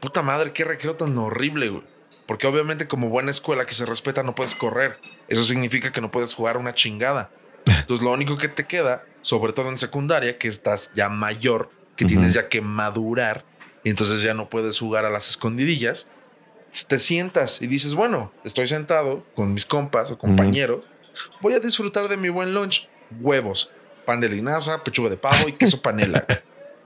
Speaker 2: puta madre, qué recreo tan horrible, güey. Porque obviamente, como buena escuela que se respeta, no puedes correr. Eso significa que no puedes jugar una chingada. Entonces, lo único que te queda, sobre todo en secundaria, que estás ya mayor, que
Speaker 1: Ujú.
Speaker 2: tienes ya que madurar, y entonces ya no puedes jugar a las escondidillas, te sientas y dices, bueno, estoy sentado con mis compas o compañeros, voy a disfrutar de mi buen lunch. Huevos, pan de linaza, pechuga de pavo y queso panela.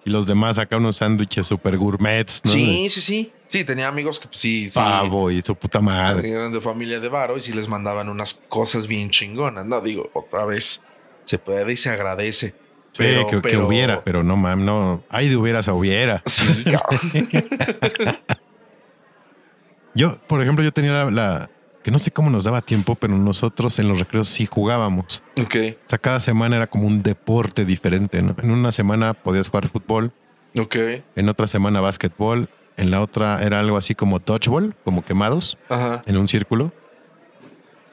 Speaker 1: Y los demás acá unos sándwiches super gourmets, [laughs] ¿no?
Speaker 2: sí, sí, sí. Sí, tenía amigos que pues, sí, sí.
Speaker 1: Pavo y su puta madre.
Speaker 2: Eran de familia de varo y sí les mandaban unas cosas bien chingonas. No, digo, otra vez, se puede y se agradece.
Speaker 1: Sí, que, que hubiera, pero no, mam, no. Ay, de hubieras a hubiera. [laughs]
Speaker 2: [laughs] Sí, cabrón.
Speaker 1: Yo, por ejemplo, yo tenía la, la- que no sé cómo nos daba tiempo, pero nosotros en los recreos sí jugábamos.
Speaker 2: ok,
Speaker 1: O sea, cada semana era como un deporte diferente, ¿no? En una semana podías jugar fútbol,
Speaker 2: ok.
Speaker 1: en otra semana básquetbol, en la otra era algo así como dodgeball, como quemados
Speaker 2: Ajá,
Speaker 1: en un círculo.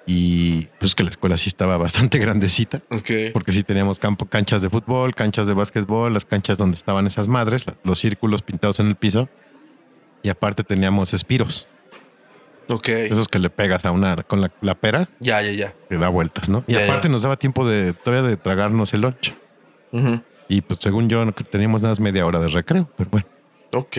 Speaker 1: Y pues que la escuela sí estaba bastante [laughs] grandecita,
Speaker 2: ok.
Speaker 1: porque sí teníamos campo, canchas de fútbol, canchas de básquetbol, las canchas donde estaban esas madres, la- los círculos pintados en el piso. Y aparte teníamos espiros.
Speaker 2: Ok.
Speaker 1: Esos que le pegas a una con la, la pera,
Speaker 2: Ya, ya, ya.
Speaker 1: que da vueltas, ¿no? Y
Speaker 2: Ya, ya.
Speaker 1: aparte nos daba tiempo de todavía de tragarnos el lunch.
Speaker 2: Ujú.
Speaker 1: Y pues según yo no cre- teníamos nada más media hora de recreo, pero bueno,
Speaker 2: Ok,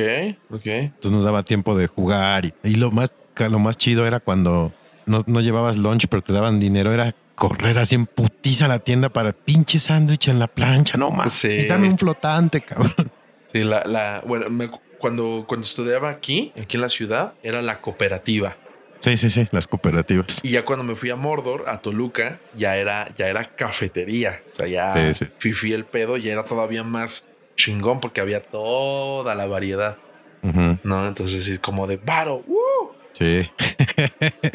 Speaker 2: ok.
Speaker 1: entonces nos daba tiempo de jugar y, y lo más ca- lo más chido era cuando no, no llevabas lunch, pero te daban dinero, era correr así en putiza a la tienda para pinche sándwich en la plancha, no más.
Speaker 2: Sí.
Speaker 1: Y dame un flotante, cabrón.
Speaker 2: Sí, la, la, bueno, me acu- cuando, cuando estudiaba aquí, aquí en la ciudad, era la cooperativa.
Speaker 1: Sí, sí, sí, las cooperativas.
Speaker 2: Y ya cuando me fui a Mordor, a Toluca, ya era, ya era cafetería. O sea, ya
Speaker 1: Sí, sí.
Speaker 2: fifí el pedo y era todavía más chingón porque había toda la variedad,
Speaker 1: Ujú,
Speaker 2: ¿no? Entonces es como de varo. ¡uh!
Speaker 1: sí. [laughs]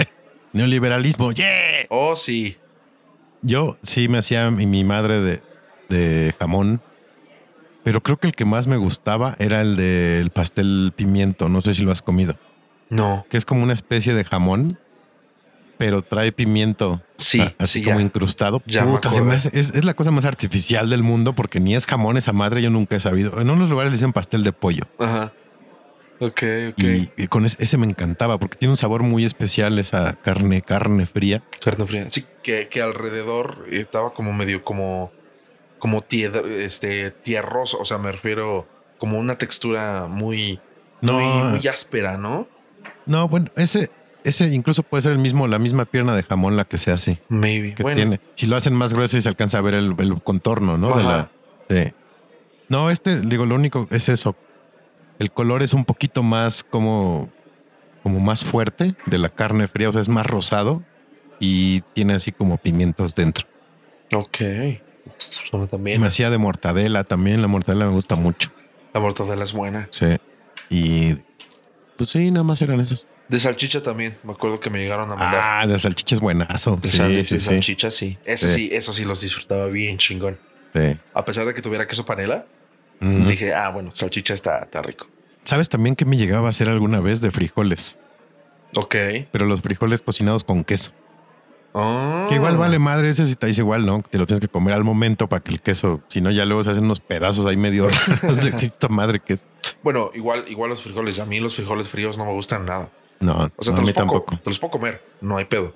Speaker 1: Neoliberalismo, yeah.
Speaker 2: Oh, sí.
Speaker 1: Yo sí me hacía mi, mi madre de, de jamón, pero creo que el que más me gustaba era el del pastel pimiento. No sé si lo has comido,
Speaker 2: No.
Speaker 1: que es como una especie de jamón, pero trae pimiento
Speaker 2: Sí.
Speaker 1: a- Ah, así
Speaker 2: sí,
Speaker 1: como
Speaker 2: ya.
Speaker 1: incrustado.
Speaker 2: Ya me
Speaker 1: Puta, se me
Speaker 2: acordé.
Speaker 1: hace- es, es la cosa más artificial del mundo porque ni es jamón esa madre. Yo nunca he sabido. En unos lugares le dicen pastel de pollo
Speaker 2: Ajá. Ok, ok.
Speaker 1: y, y con ese, ese me encantaba porque tiene un sabor muy especial esa carne, carne fría.
Speaker 2: Carne fría. Sí, que, que alrededor estaba como medio como como tiedra- este tierroso, o sea, me refiero como una textura muy
Speaker 1: No, ah.
Speaker 2: muy, muy áspera, ¿no?
Speaker 1: No, bueno, ese, ese incluso puede ser el mismo, la misma pierna de jamón la que se hace,
Speaker 2: Maybe.
Speaker 1: que
Speaker 2: bueno,
Speaker 1: tiene. Si lo hacen más grueso y se alcanza a ver el, el contorno, ¿no? De
Speaker 2: Ajá.
Speaker 1: la- de- No, este, digo, lo único es eso. El color es un poquito más como, como más fuerte de la carne fría, o sea, es más rosado y tiene así como pimientos dentro.
Speaker 2: Ok. Suena
Speaker 1: Y me
Speaker 2: también.
Speaker 1: hacía de mortadela también, la mortadela me gusta mucho.
Speaker 2: La mortadela es buena.
Speaker 1: Sí. Y pues sí, nada más eran esos.
Speaker 2: De salchicha también. Me acuerdo que me llegaron a mandar.
Speaker 1: Ah, de salchicha es buenazo.
Speaker 2: de
Speaker 1: Sí,
Speaker 2: sándwiches
Speaker 1: sí,
Speaker 2: de
Speaker 1: sí, sí.
Speaker 2: salchicha, sí. Eso
Speaker 1: Sí.
Speaker 2: sí, eso sí los disfrutaba bien chingón. A pesar de que tuviera queso panela,
Speaker 1: Ujú.
Speaker 2: dije, ah, bueno, salchicha está, está rico.
Speaker 1: Mm, ¿Sabes también que me llegaba a hacer alguna vez de frijoles?
Speaker 2: Ok.
Speaker 1: Pero los frijoles cocinados con queso.
Speaker 2: Ah.
Speaker 1: Que igual vale madre ese si te dice igual, ¿no? Te lo tienes que comer al momento para que el queso, si no, ya luego se hacen unos pedazos ahí medio [laughs] raros de esta madre que es.
Speaker 2: Bueno, igual, igual los frijoles. A mí los frijoles fríos no me gustan nada.
Speaker 1: No,
Speaker 2: O sea,
Speaker 1: no, a
Speaker 2: te,
Speaker 1: mí
Speaker 2: los puedo, co-
Speaker 1: tampoco.
Speaker 2: te los puedo comer, no hay pedo.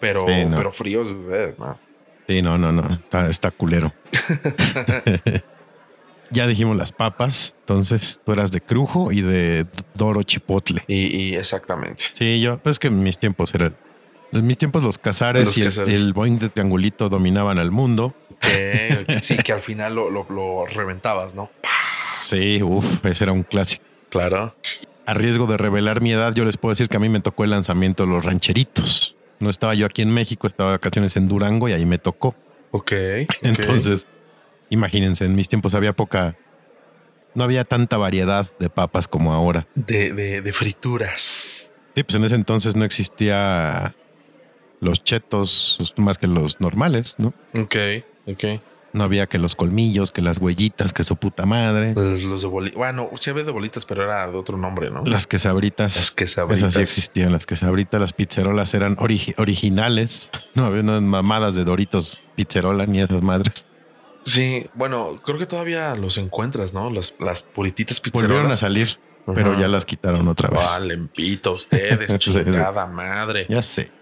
Speaker 2: Pero,
Speaker 1: Sí, no.
Speaker 2: pero fríos, eh, no.
Speaker 1: Sí, no, no, no. Está, está
Speaker 2: [laughs]
Speaker 1: culero. [laughs] ya dijimos las papas. Entonces tú eras de crujo y de doro chipotle.
Speaker 2: Y, y exactamente. [laughs]
Speaker 1: Sí, yo, pues es que en mis tiempos era. En mis tiempos los cazares
Speaker 2: Los
Speaker 1: y el-
Speaker 2: cazares.
Speaker 1: el boing de triangulito dominaban al mundo.
Speaker 2: Que- Eh, sí, que al final lo, lo- lo reventabas, ¿no?
Speaker 1: Sí, uff, ese era un clásico.
Speaker 2: Claro.
Speaker 1: A riesgo de revelar mi edad, yo les puedo decir que a mí me tocó el lanzamiento de los rancheritos. No estaba yo aquí en México, estaba de vacaciones en Durango y ahí me tocó.
Speaker 2: Ok.
Speaker 1: Entonces, imagínense, en mis tiempos había poca, no había tanta variedad de papas como ahora.
Speaker 2: De, de, de frituras.
Speaker 1: Sí, pues en ese entonces no existía los chetos pues, más que los normales, ¿no?
Speaker 2: Ok, ok.
Speaker 1: No había que los colmillos, que las huellitas, que su puta madre,
Speaker 2: Los, los de bolitas. Bueno, sí había de bolitas, pero era de otro nombre, ¿no?
Speaker 1: las quesabritas.
Speaker 2: Las quesabritas.
Speaker 1: Esas sí existían, las quesabritas, las pizzerolas eran origi- originales. [laughs] No había unas mamadas de Doritos pizzerola ni esas madres.
Speaker 2: Sí, bueno, creo que todavía los encuentras, ¿no? Las, las purititas pizzerolas.
Speaker 1: Volvieron a salir, pero
Speaker 2: Ajá.
Speaker 1: ya las quitaron otra vez.
Speaker 2: Valen pito ustedes,
Speaker 1: [laughs] Sí, sí.
Speaker 2: chingada madre.
Speaker 1: Ya
Speaker 2: [laughs]
Speaker 1: sé.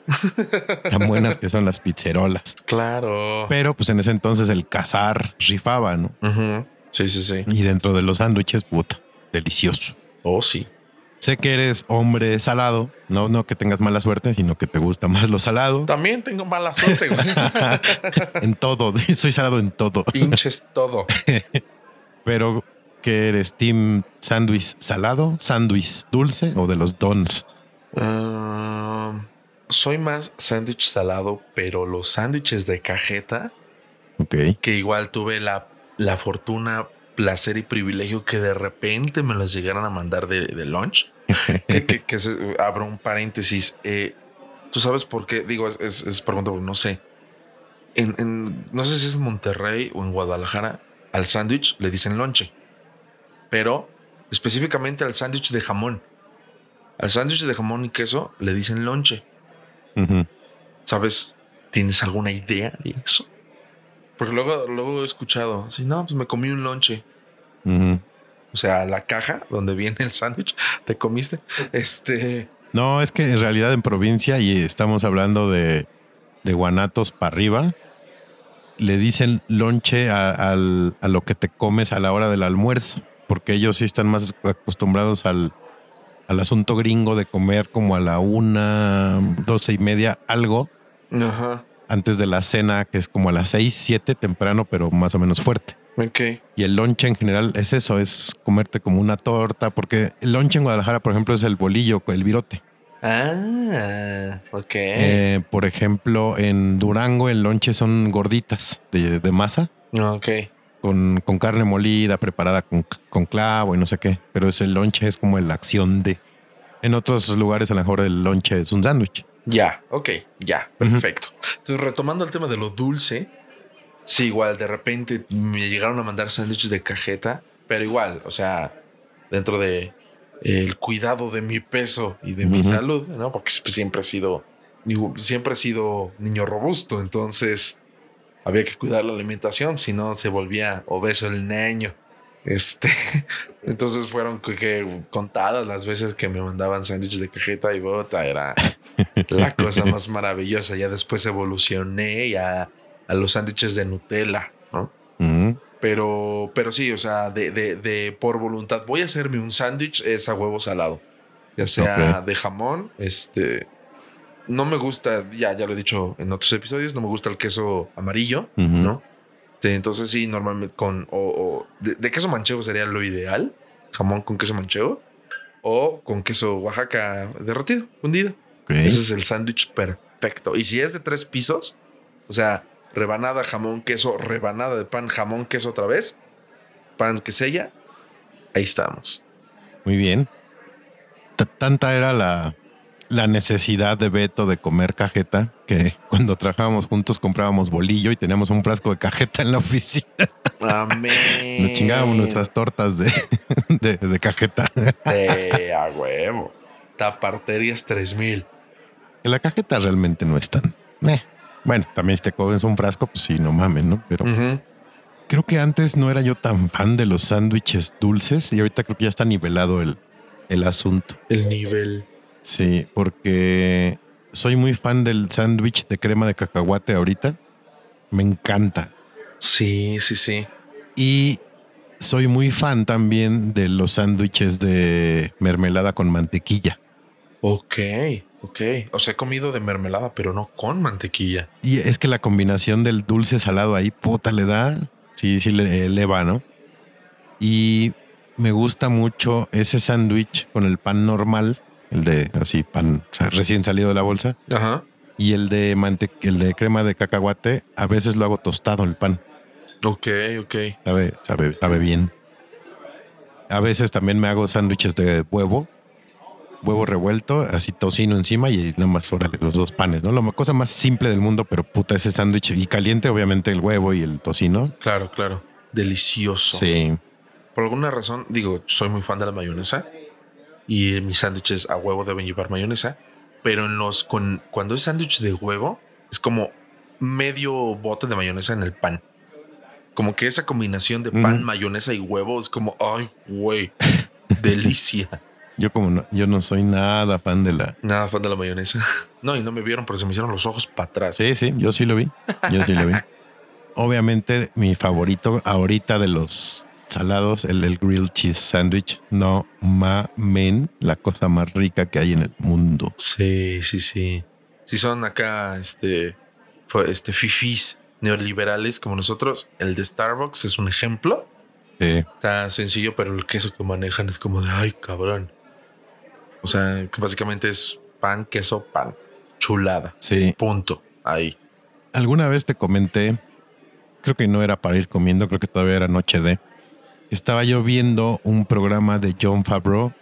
Speaker 1: Tan buenas que son las pizzerolas.
Speaker 2: Claro.
Speaker 1: Pero pues en ese entonces el cazar rifaba, ¿no?
Speaker 2: Ujú. Sí, sí, sí.
Speaker 1: Y dentro de los sándwiches, puta, delicioso.
Speaker 2: Oh, sí.
Speaker 1: Sé que eres hombre salado, no, no que tengas mala suerte, sino que te gusta más lo salado.
Speaker 2: También tengo mala suerte, güey.
Speaker 1: [laughs] en todo, [laughs] soy salado en todo.
Speaker 2: Pinches todo.
Speaker 1: Pero que eres team sándwich salado, sándwich dulce o de los dons.
Speaker 2: Ah, soy más sándwich salado, pero los sándwiches de cajeta,
Speaker 1: Ok.
Speaker 2: que igual tuve la, la fortuna, placer y privilegio que de repente me los llegaran a mandar de, de lunch. que, que- que se- abro un paréntesis. eh, Tú sabes por qué, digo, es, es- es pregunta porque no sé. En, en- no sé si es en Monterrey o en Guadalajara, al sándwich le dicen lonche, pero específicamente al sándwich de jamón. Al sándwich de jamón y queso le dicen lonche.
Speaker 1: Ujú.
Speaker 2: ¿Sabes? ¿Tienes alguna idea de eso? Porque luego, luego he escuchado, si no, pues me comí un lonche.
Speaker 1: Ujú.
Speaker 2: O sea, la caja donde viene el sándwich, [laughs] te comiste. Este,
Speaker 1: No, es que en realidad en provincia, y estamos hablando de, de Guanatos para arriba, le dicen lonche a, al- a lo que te comes a la hora del almuerzo, porque ellos sí están más acostumbrados al, al asunto gringo de comer como a la una, doce y media, algo
Speaker 2: ajá,
Speaker 1: antes de la cena, que es como a las seis, siete temprano, pero más o menos fuerte.
Speaker 2: ok.
Speaker 1: Y el lonche en general es eso, es comerte como una torta, porque el lonche en Guadalajara, por ejemplo, es el bolillo, el virote.
Speaker 2: Ah, ok.
Speaker 1: Eh, por ejemplo, en Durango el lonche son gorditas de, de masa
Speaker 2: ok.
Speaker 1: con, con carne molida, preparada con, con clavo y no sé qué. Pero ese lonche es como la acción de... En otros lugares a lo mejor el lonche es un sándwich.
Speaker 2: Ya, ok, ya,
Speaker 1: Ujú.
Speaker 2: perfecto. Entonces, retomando el tema de lo dulce, sí, igual, de repente me llegaron a mandar sándwiches de cajeta, pero igual, o sea, dentro de eh, el cuidado de mi peso y de mi
Speaker 1: Ujú.
Speaker 2: salud, ¿no? Porque siempre- siempre he sido, digo, siempre he sido niño robusto, entonces había que cuidar la alimentación, si no se volvía obeso el niño. Este, [laughs] entonces fueron que- que contadas las veces que me mandaban sándwiches de cajeta y bota, era la cosa más maravillosa. Ya después evolucioné ya a los sándwiches de Nutella, ¿no?
Speaker 1: Ujú.
Speaker 2: Pero, pero sí, o sea, de, de, de por voluntad. Voy a hacerme un sándwich, es a huevo salado. Ya sea de jamón, este. No me gusta, ya, ya lo he dicho en otros episodios, no me gusta el queso amarillo,
Speaker 1: Ujú.
Speaker 2: ¿no? Este, Entonces sí, normalmente con. O, o- de, de queso manchego sería lo ideal. Jamón con queso manchego. O con queso Oaxaca derretido, hundido.
Speaker 1: Ok.
Speaker 2: Ese es el sándwich perfecto. Y si es de tres pisos, o sea, rebanada, jamón, queso, rebanada de pan, jamón, queso otra vez, pan que sella, ahí estamos.
Speaker 1: [laughs] Muy bien. T- tanta era la, la necesidad de Beto de comer cajeta que [laughs] cuando trabajábamos juntos comprábamos bolillo y teníamos un frasco de cajeta en la oficina.
Speaker 2: Amén.
Speaker 1: Nos chingábamos nuestras tortas de, [laughs] de- de cajeta. [laughs]
Speaker 2: Eh, a huevo. Taparterias 3000.
Speaker 1: Que La cajeta realmente no es tan. meh. Bueno, también si te comes un frasco, pues sí, no mames, ¿no? Pero
Speaker 2: Ujú.
Speaker 1: creo que antes no era yo tan fan de los sándwiches dulces y ahorita creo que ya está nivelado el, el asunto.
Speaker 2: El nivel.
Speaker 1: Sí, porque soy muy fan del sándwich de crema de cacahuate ahorita. Me encanta.
Speaker 2: Sí, sí, sí.
Speaker 1: Y soy muy fan también de los sándwiches de mermelada con mantequilla.
Speaker 2: Ok, ok. O sea, he comido de mermelada, pero no con mantequilla.
Speaker 1: Y es que la combinación del dulce salado ahí, puta, le da. Sí, sí, le eleva, ¿no? Y me gusta mucho ese sándwich con el pan normal, el de así, pan o sea, recién salido de la bolsa,
Speaker 2: Ajá.
Speaker 1: y el de, mante el de crema de cacahuate. A veces lo hago tostado el pan,
Speaker 2: Ok, ok.
Speaker 1: sabe, sabe, sabe bien. A veces también me hago sándwiches de huevo, huevo revuelto, así tocino encima y nada más, órale, los dos panes, ¿no? La cosa más simple del mundo, pero puta, ese sándwich y caliente, obviamente, el huevo y el tocino.
Speaker 2: Claro, claro. Delicioso.
Speaker 1: Sí.
Speaker 2: Por alguna razón, digo, soy muy fan de la mayonesa y mis sándwiches a huevo deben llevar mayonesa, pero en los con cuando es sándwich de huevo es como medio bote de mayonesa en el pan. Como que esa combinación de pan,
Speaker 1: Ujú.
Speaker 2: mayonesa y huevo es como, ay, güey, [laughs] delicia.
Speaker 1: Yo como no, yo no soy nada fan de la.
Speaker 2: Nada fan de la mayonesa. [laughs] No, y no me vieron, pero se me hicieron los ojos para atrás.
Speaker 1: Sí, sí, yo sí lo vi. Yo sí lo vi. Obviamente, mi favorito ahorita de los salados, el, el grilled cheese sandwich. No mamen, la cosa más rica que hay en el mundo.
Speaker 2: Sí, sí, sí. Si son acá, este, pues, este, fifís neoliberales como nosotros, el de Starbucks es un ejemplo.
Speaker 1: Sí.
Speaker 2: Está sencillo, pero el queso que manejan es como de, ay, cabrón. O sea, que básicamente es pan, queso, pan. Chulada.
Speaker 1: Sí.
Speaker 2: Punto. Ahí.
Speaker 1: Alguna vez te comenté, creo que no era para ir comiendo, creo que todavía era noche de. Estaba yo viendo un programa de John Favreau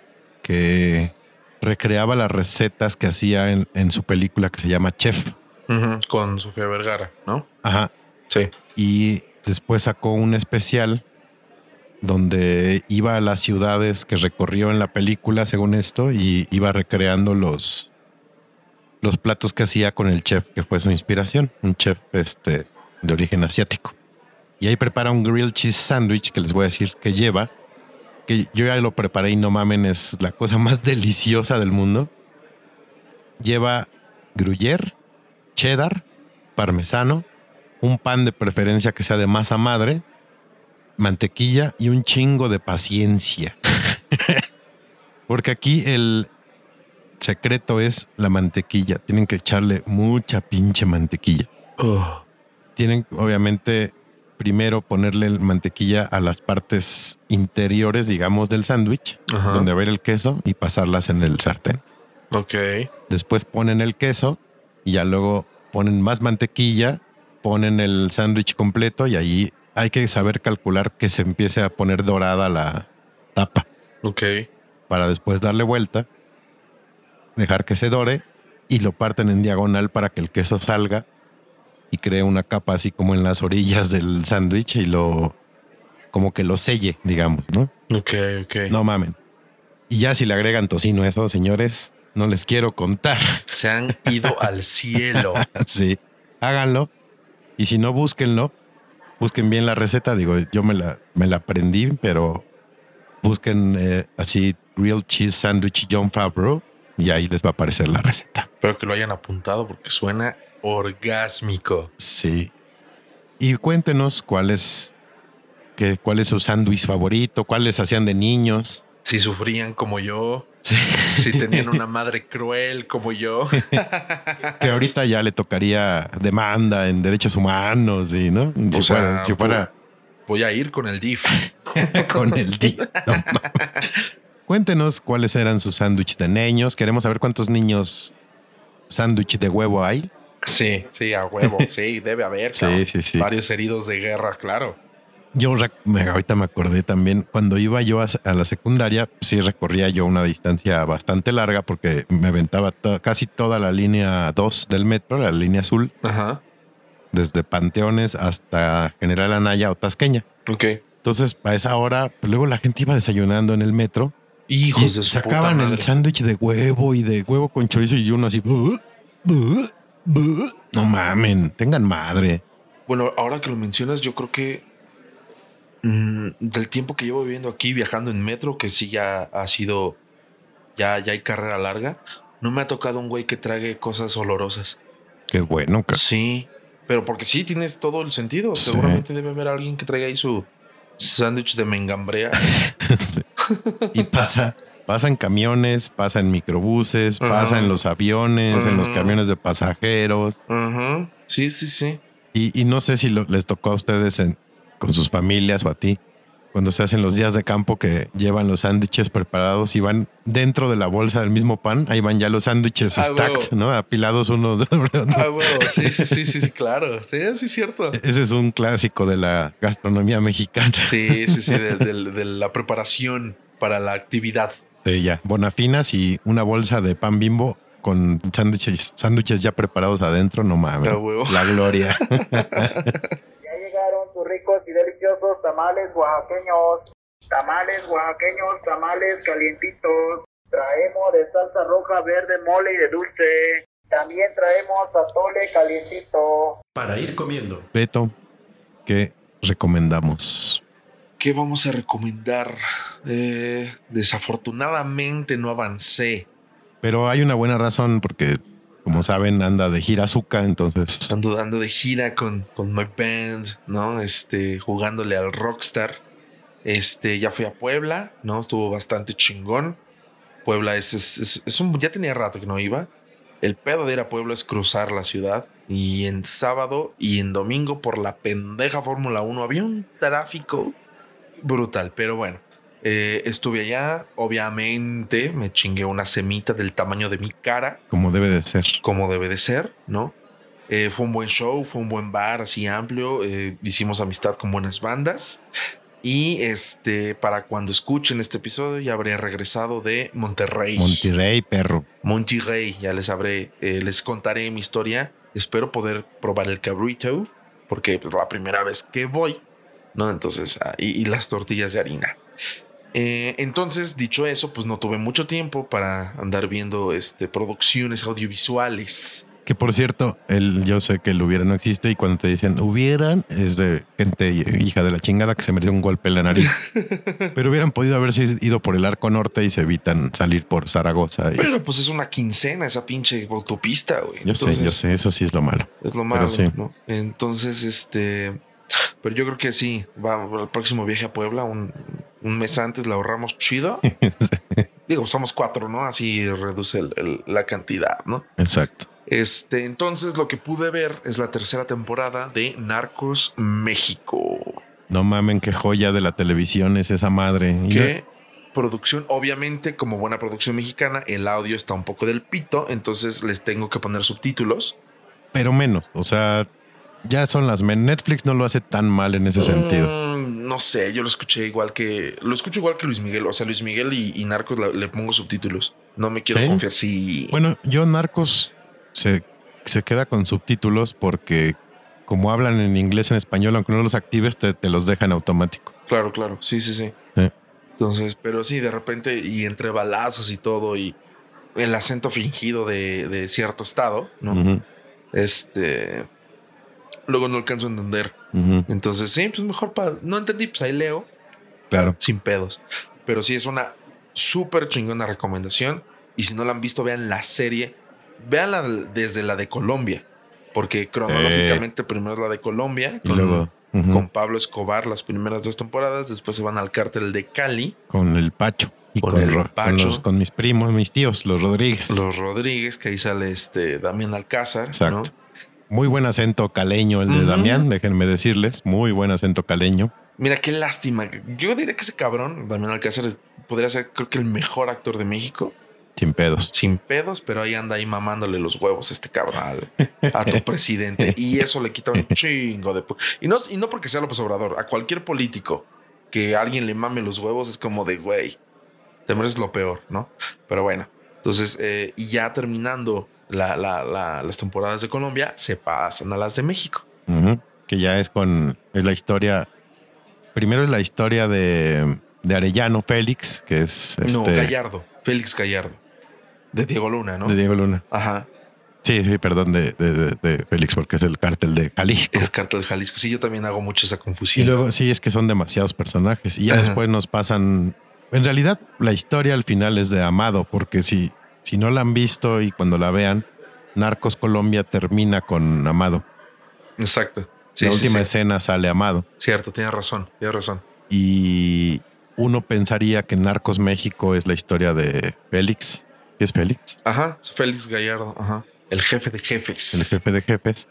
Speaker 1: que recreaba las recetas que hacía en, en su película que se llama Chef.
Speaker 2: Ujú, Con Sofía Vergara, ¿no?
Speaker 1: Ajá.
Speaker 2: Sí.
Speaker 1: y después sacó un especial donde iba a las ciudades que recorrió en la película, según esto, y iba recreando los, los platos que hacía con el chef, que fue su inspiración, un chef este, de origen asiático. Y ahí prepara un grilled cheese sandwich que les voy a decir que lleva, que yo ya lo preparé y no mamen, es la cosa más [laughs] deliciosa del mundo. Lleva gruyere, cheddar, parmesano, un pan de preferencia que sea de masa madre, mantequilla y un chingo de paciencia. [laughs] Porque aquí el secreto es la mantequilla. Tienen que echarle mucha pinche mantequilla.
Speaker 2: Oh,
Speaker 1: Tienen, obviamente, primero ponerle el mantequilla a las partes interiores, digamos, del sándwich,
Speaker 2: Ajá.
Speaker 1: donde va a ir el queso y pasarlas en el sartén.
Speaker 2: ok.
Speaker 1: Después ponen el queso y ya luego ponen más mantequilla, ponen el sándwich completo y ahí hay que saber calcular que se empiece a poner dorada la tapa
Speaker 2: Ok.
Speaker 1: para después darle vuelta, dejar que se dore y lo parten en diagonal para que el queso salga y cree una capa así como en las orillas del sándwich y lo como que lo selle, digamos, ¿no?
Speaker 2: Ok, ok.
Speaker 1: No mamen. Y ya si le agregan tocino a eso, señores, no les quiero contar.
Speaker 2: Se han
Speaker 1: [laughs]
Speaker 2: ido al cielo.
Speaker 1: Sí, háganlo. Y si no, búsquenlo. Busquen bien la receta. Digo, yo me la, me la aprendí, pero busquen eh, así Real Cheese Sandwich John Favreau y ahí les va a aparecer la receta.
Speaker 2: Espero que lo hayan apuntado porque suena orgásmico.
Speaker 1: Sí. Y cuéntenos cuál es, qué, cuál es su sándwich favorito, cuáles hacían de niños.
Speaker 2: Si sufrían como yo,
Speaker 1: Sí.
Speaker 2: si tenían
Speaker 1: [laughs]
Speaker 2: una madre cruel como yo.
Speaker 1: Que ahorita ya le tocaría demanda en derechos humanos y no. Si
Speaker 2: O sea,
Speaker 1: fuera, si fuera
Speaker 2: Voy a ir con el DIF.
Speaker 1: [laughs] con el día. No mames. Cuéntenos cuáles eran sus sándwiches de niños. Queremos saber cuántos niños sándwich de huevo hay.
Speaker 2: Sí, sí,
Speaker 1: [laughs]
Speaker 2: a huevo. Sí, debe haber.
Speaker 1: Sí,
Speaker 2: cabrón.
Speaker 1: sí, sí.
Speaker 2: Varios heridos de guerra, claro.
Speaker 1: Yo rec- me- ahorita me acordé también cuando iba yo a, a la secundaria, sí recorría yo una distancia bastante larga porque me aventaba to- casi toda la línea 2 del metro, la línea azul,
Speaker 2: Ajá.
Speaker 1: desde Panteones hasta General Anaya o Tasqueña.
Speaker 2: Ok.
Speaker 1: Entonces, a esa hora, pues, luego la gente iba desayunando en el metro Y
Speaker 2: Hijos de su
Speaker 1: sacaban
Speaker 2: puta
Speaker 1: el
Speaker 2: madre.
Speaker 1: sándwich de huevo y de huevo con chorizo y uno así. "Bu, bu, bu". No mamen, tengan madre.
Speaker 2: Bueno, ahora que lo mencionas, yo creo que mm, del tiempo que llevo viviendo aquí, viajando en metro, que sí ya ha sido, ya, ya hay carrera larga, no me ha tocado un güey que trague cosas olorosas.
Speaker 1: Qué bueno. ca- [laughs]
Speaker 2: Sí, pero porque sí tienes todo el sentido.
Speaker 1: Sí.
Speaker 2: Seguramente debe haber alguien que traiga ahí su sándwich de mengambrea.
Speaker 1: Sí. y pasa, pasa en camiones, pasa en microbuses, pasa en los aviones, en los
Speaker 2: Ujú.
Speaker 1: camiones de pasajeros.
Speaker 2: [laughs] Ujú. Sí, sí, sí.
Speaker 1: Y, y no sé si lo- les tocó a ustedes en- con sus familias o a ti. Cuando se hacen los días de campo que llevan los sándwiches preparados y van dentro de la bolsa del mismo pan, ahí van ya los sándwiches
Speaker 2: Ah,
Speaker 1: stacked,
Speaker 2: huevo.
Speaker 1: ¿no? Apilados uno sobre otro.
Speaker 2: Ah, huevo. Sí, sí, sí, sí, sí, claro. Sí, sí, es cierto.
Speaker 1: E-, Ese es un clásico de la gastronomía mexicana.
Speaker 2: Sí, sí, sí, de, de- de la preparación para la actividad.
Speaker 1: Sí, Este, ya. Bonafinas y una bolsa de pan bimbo con sándwiches, sándwiches ya preparados adentro, no mames.
Speaker 2: Ah, huevo.
Speaker 1: La gloria.
Speaker 4: Ya llegaron sus ricos y deliciosos tamales oaxaqueños. Tamales oaxaqueños, tamales calientitos. Traemos de salsa roja, verde, mole y de dulce. También traemos atole calientito.
Speaker 3: Para ir comiendo.
Speaker 1: Beto, ¿qué recomendamos?
Speaker 2: ¿Qué vamos a recomendar? Eh, desafortunadamente no avancé.
Speaker 1: Pero hay una buena razón porque, como saben, anda de gira azúcar, entonces
Speaker 2: Ando dando de gira con, con my band, ¿no? Este, jugándole al rockstar. Este, ya fui a Puebla, ¿no? Estuvo bastante chingón. Puebla es, es, es- es un, ya tenía rato que no iba. El pedo de ir a Puebla es cruzar la ciudad. Y en sábado y en domingo por la pendeja Fórmula 1 había un tráfico brutal. Pero bueno, eh, estuve allá. Obviamente me chingué una semita del tamaño de mi cara
Speaker 1: como debe de ser.
Speaker 2: como debe de ser, ¿no? Eh, fue un buen show, fue un buen bar así amplio, eh, hicimos amistad con buenas bandas y este para cuando escuchen este episodio ya habré regresado de Monterrey.
Speaker 1: Monterrey, perro.
Speaker 2: Monterrey, ya les habré, eh, les contaré mi historia. Espero poder probar el cabrito porque pues la primera vez que voy, ¿no? Entonces, ah, y, y las tortillas de harina. Eh, entonces, dicho eso, pues no tuve mucho tiempo para andar viendo este, producciones audiovisuales.
Speaker 1: Que por cierto, el, yo sé que el hubiera no existe y cuando te dicen hubieran es de gente hija de la chingada que se metió un golpe en la
Speaker 2: [laughs]
Speaker 1: nariz. Pero hubieran podido haberse ido por el arco norte y se evitan salir por Zaragoza. y-
Speaker 2: Pero pues es una quincena esa pinche autopista, güey.
Speaker 1: yo sé, yo
Speaker 2: Entonces,
Speaker 1: sé, eso sí es lo malo. [laughs]
Speaker 2: Es lo malo,
Speaker 1: sí.
Speaker 2: ¿no? Entonces, este... Pero yo creo que sí, va el próximo viaje a Puebla, un, un mes antes la ahorramos chido. Digo, somos cuatro, ¿no? Así reduce el- el- la cantidad, ¿no?
Speaker 1: Exacto.
Speaker 2: Este, entonces lo que pude ver es la tercera temporada de Narcos México.
Speaker 1: No mamen, qué joya de la televisión es esa madre. Y yo-
Speaker 2: que producción, obviamente, como buena producción mexicana, el audio está un poco del pito, entonces les tengo que poner subtítulos.
Speaker 1: pero menos. O sea, ya son las men. Netflix no lo hace tan mal en ese sentido.
Speaker 2: Mm, no sé, yo lo escuché igual que. Lo escucho igual que Luis Miguel. O sea, Luis Miguel y, y Narcos la- le pongo subtítulos. No me quiero
Speaker 1: ¿Sí?
Speaker 2: confiar si.
Speaker 1: Bueno, yo Narcos se, se queda con subtítulos porque como hablan en inglés, en español, aunque no los actives, te, te los dejan automático.
Speaker 2: Claro, claro. Sí, sí, sí.
Speaker 1: Sí.
Speaker 2: Entonces, pero sí, de repente, y entre balazos y todo, y el acento fingido de, de cierto estado, ¿no?
Speaker 1: Ujú,
Speaker 2: Este. Luego no alcanzo a entender.
Speaker 1: ujú,
Speaker 2: Entonces, sí, pues mejor para. No entendí, pues ahí leo.
Speaker 1: Claro.
Speaker 2: sin pedos. Pero sí es una súper chingona recomendación. Y si no la han visto, vean la serie. Veanla desde la de Colombia. Porque cronológicamente primero es la de Colombia.
Speaker 1: Eh. Y
Speaker 2: con,
Speaker 1: luego ujú,
Speaker 2: con Pablo Escobar las primeras dos temporadas. Después se van al cártel de Cali.
Speaker 1: con el Pacho. Y
Speaker 2: Con
Speaker 1: con,
Speaker 2: el
Speaker 1: Ro- con
Speaker 2: Pacho.
Speaker 1: los- con mis primos, mis tíos, los Rodríguez.
Speaker 2: Los Rodríguez, que ahí sale este Damián Alcázar.
Speaker 1: Exacto.
Speaker 2: ¿no?
Speaker 1: Muy buen acento caleño el de
Speaker 2: Ujú.
Speaker 1: Damián, déjenme decirles. Muy buen acento caleño.
Speaker 2: Mira, qué lástima. Yo diría que ese cabrón, Damián Alcázar, es- podría ser creo que el mejor actor de México.
Speaker 1: Sin pedos.
Speaker 2: sin pedos, pero ahí anda ahí mamándole los huevos este cabrón al- a
Speaker 1: [laughs]
Speaker 2: tu presidente. Y eso le quita un chingo de... pu- Y no, y no porque sea López Obrador, a cualquier político que alguien le mame los huevos es como de, güey, te mereces lo peor, ¿no? Pero bueno, entonces, eh, y ya terminando la- la- la- las temporadas de Colombia, se pasan a las de México.
Speaker 1: Ujú, Que ya es con. Es la historia. Primero es la historia de, de Arellano Félix, que es este,
Speaker 2: No, Gallardo, Félix Gallardo, de Diego Luna, ¿no?
Speaker 1: de Diego Luna.
Speaker 2: Ajá,
Speaker 1: Sí, sí, perdón, de, de- de- de Félix, porque es el cártel de Jalisco.
Speaker 2: el cartel de Jalisco. Sí, yo también hago mucho esa
Speaker 1: Y
Speaker 2: confusión.
Speaker 1: luego, sí, es que son demasiados personajes. Y ya
Speaker 2: Ajá.
Speaker 1: después nos pasan. En realidad, la historia al final es de Amado, porque si, si no la han visto y cuando la vean, Narcos Colombia termina con Amado.
Speaker 2: Exacto. Sí,
Speaker 1: la
Speaker 2: sí,
Speaker 1: última
Speaker 2: sí.
Speaker 1: escena sale Amado.
Speaker 2: Cierto, tienes razón, tienes razón.
Speaker 1: y uno pensaría que Narcos México es la historia de Félix. ¿Sí ¿Es Félix?
Speaker 2: Ajá, es Félix Gallardo, ajá. El jefe de jefes.
Speaker 1: El jefe de jefes.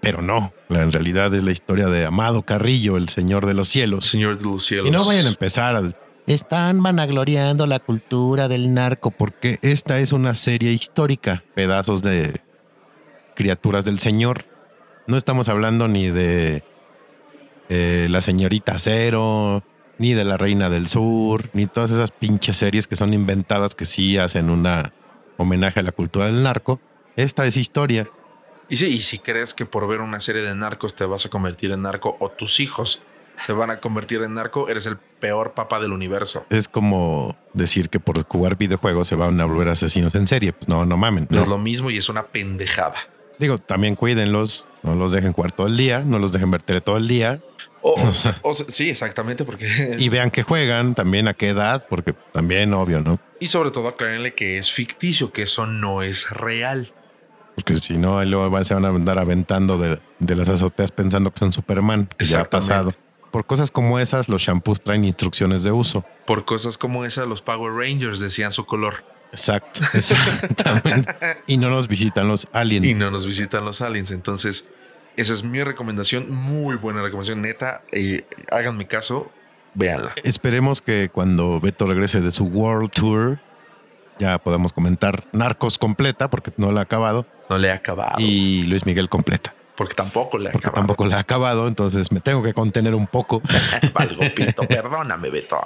Speaker 1: Pero no, la- en realidad es la historia de Amado Carrillo, el señor de los cielos.
Speaker 2: Señor de los cielos.
Speaker 1: Y no vayan a empezar a... Están vanagloriando la cultura del narco porque esta es una serie histórica. Pedazos de criaturas del señor. No estamos hablando ni de eh, la señorita cero, ni de la reina del sur, ni todas esas pinches series que son inventadas que sí hacen una homenaje a la cultura del narco. Esta es historia.
Speaker 2: Y sí, y si crees que por ver una serie de narcos te vas a convertir en narco o tus hijos se van a convertir en narco, eres el peor papá del universo.
Speaker 1: Es como decir que por jugar videojuegos se van a volver asesinos en serie. Pues no, no mamen.
Speaker 2: No
Speaker 1: No.
Speaker 2: es lo mismo y es una pendejada.
Speaker 1: Digo, también cuídenlos, no los dejen jugar todo el día, no los dejen ver tele todo el día
Speaker 2: O,
Speaker 1: O sea-
Speaker 2: o sea, sí, exactamente, porque.
Speaker 1: y vean que juegan también a qué edad, porque también obvio, ¿no?
Speaker 2: Y sobre todo aclárenle que es ficticio, que eso no es real.
Speaker 1: Porque si no, ahí luego van- se van a andar aventando de, de las azoteas pensando que son Superman. que Ya ha
Speaker 2: Exactamente.
Speaker 1: pasado. Por cosas como esas, los shampoos traen instrucciones de uso.
Speaker 2: Por cosas como esas, los Power Rangers decían su color.
Speaker 1: Exacto. [laughs] Exactamente. y no nos visitan los aliens.
Speaker 2: Y no nos visitan los aliens. Entonces, esa es mi recomendación. Muy buena recomendación, neta. eh, háganme caso, véanla.
Speaker 1: Esperemos que cuando Beto regrese de su World Tour ya podamos comentar Narcos completa porque no la ha acabado
Speaker 2: No le he acabado.
Speaker 1: y Luis Miguel completa
Speaker 2: porque tampoco le he
Speaker 1: porque
Speaker 2: acabado.
Speaker 1: tampoco la ha acabado, entonces me tengo que contener un poco, [laughs]
Speaker 2: Valgo pito, perdóname, Beto.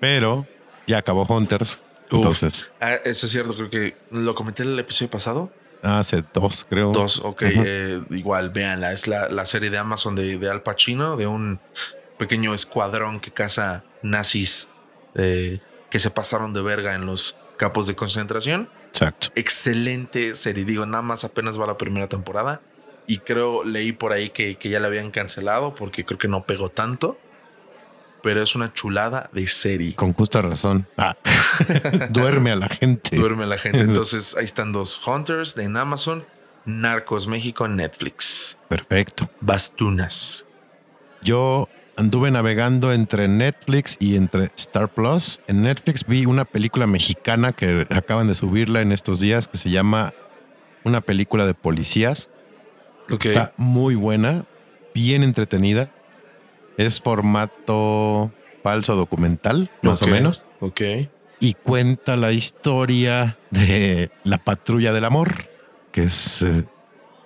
Speaker 1: pero ya acabó Hunters,
Speaker 2: Uf.
Speaker 1: entonces
Speaker 2: Ah, eso es cierto, creo que lo comenté en el episodio pasado.
Speaker 1: hace dos creo.
Speaker 2: Dos, ok.
Speaker 1: Oh, Ajá.
Speaker 2: eh, igual, véanla. Es la, la serie de Amazon de, de Al Pacino, de un pequeño escuadrón que caza nazis eh, que se pasaron de verga en los campos de concentración.
Speaker 1: Exacto.
Speaker 2: Excelente serie. Digo, nada más apenas va la primera temporada. Y creo, leí por ahí que, que ya la habían cancelado porque creo que no pegó tanto. Pero es una chulada de serie.
Speaker 1: Con justa razón.
Speaker 2: [laughs]
Speaker 1: Ah, duerme a la gente.
Speaker 2: Duerme la gente. Entonces, ahí están dos Hunters de en Amazon, Narcos México en Netflix.
Speaker 1: Perfecto.
Speaker 2: Bastunas.
Speaker 1: Yo anduve navegando entre Netflix y entre Star Plus. En Netflix vi una película mexicana que acaban de subirla en estos días que se llama una película de policías.
Speaker 2: Ok.
Speaker 1: Está muy buena, bien entretenida. Es formato falso documental, más
Speaker 2: Ok,
Speaker 1: o menos.
Speaker 2: Ok.
Speaker 1: Y cuenta la historia de la patrulla del amor, que es eh,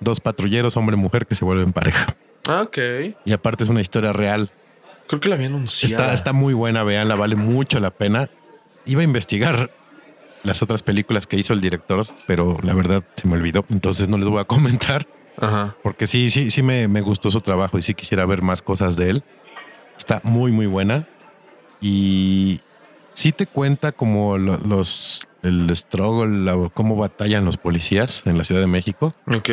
Speaker 1: dos patrulleros, hombre y mujer, que se vuelven pareja.
Speaker 2: Ah, Ok.
Speaker 1: Y aparte es una historia real.
Speaker 2: Creo que la había anunciado.
Speaker 1: Está, está muy buena, veanla, vale mucho la pena. Iba a investigar las otras películas que hizo el director, pero la verdad se me olvidó. Entonces no les voy a comentar
Speaker 2: Ajá.
Speaker 1: porque sí, sí, sí me, me gustó su trabajo y sí quisiera ver más cosas de él. Está muy, muy buena y sí te cuenta como lo- los, el struggle, la- cómo batallan los policías en la Ciudad de México,
Speaker 2: Ok.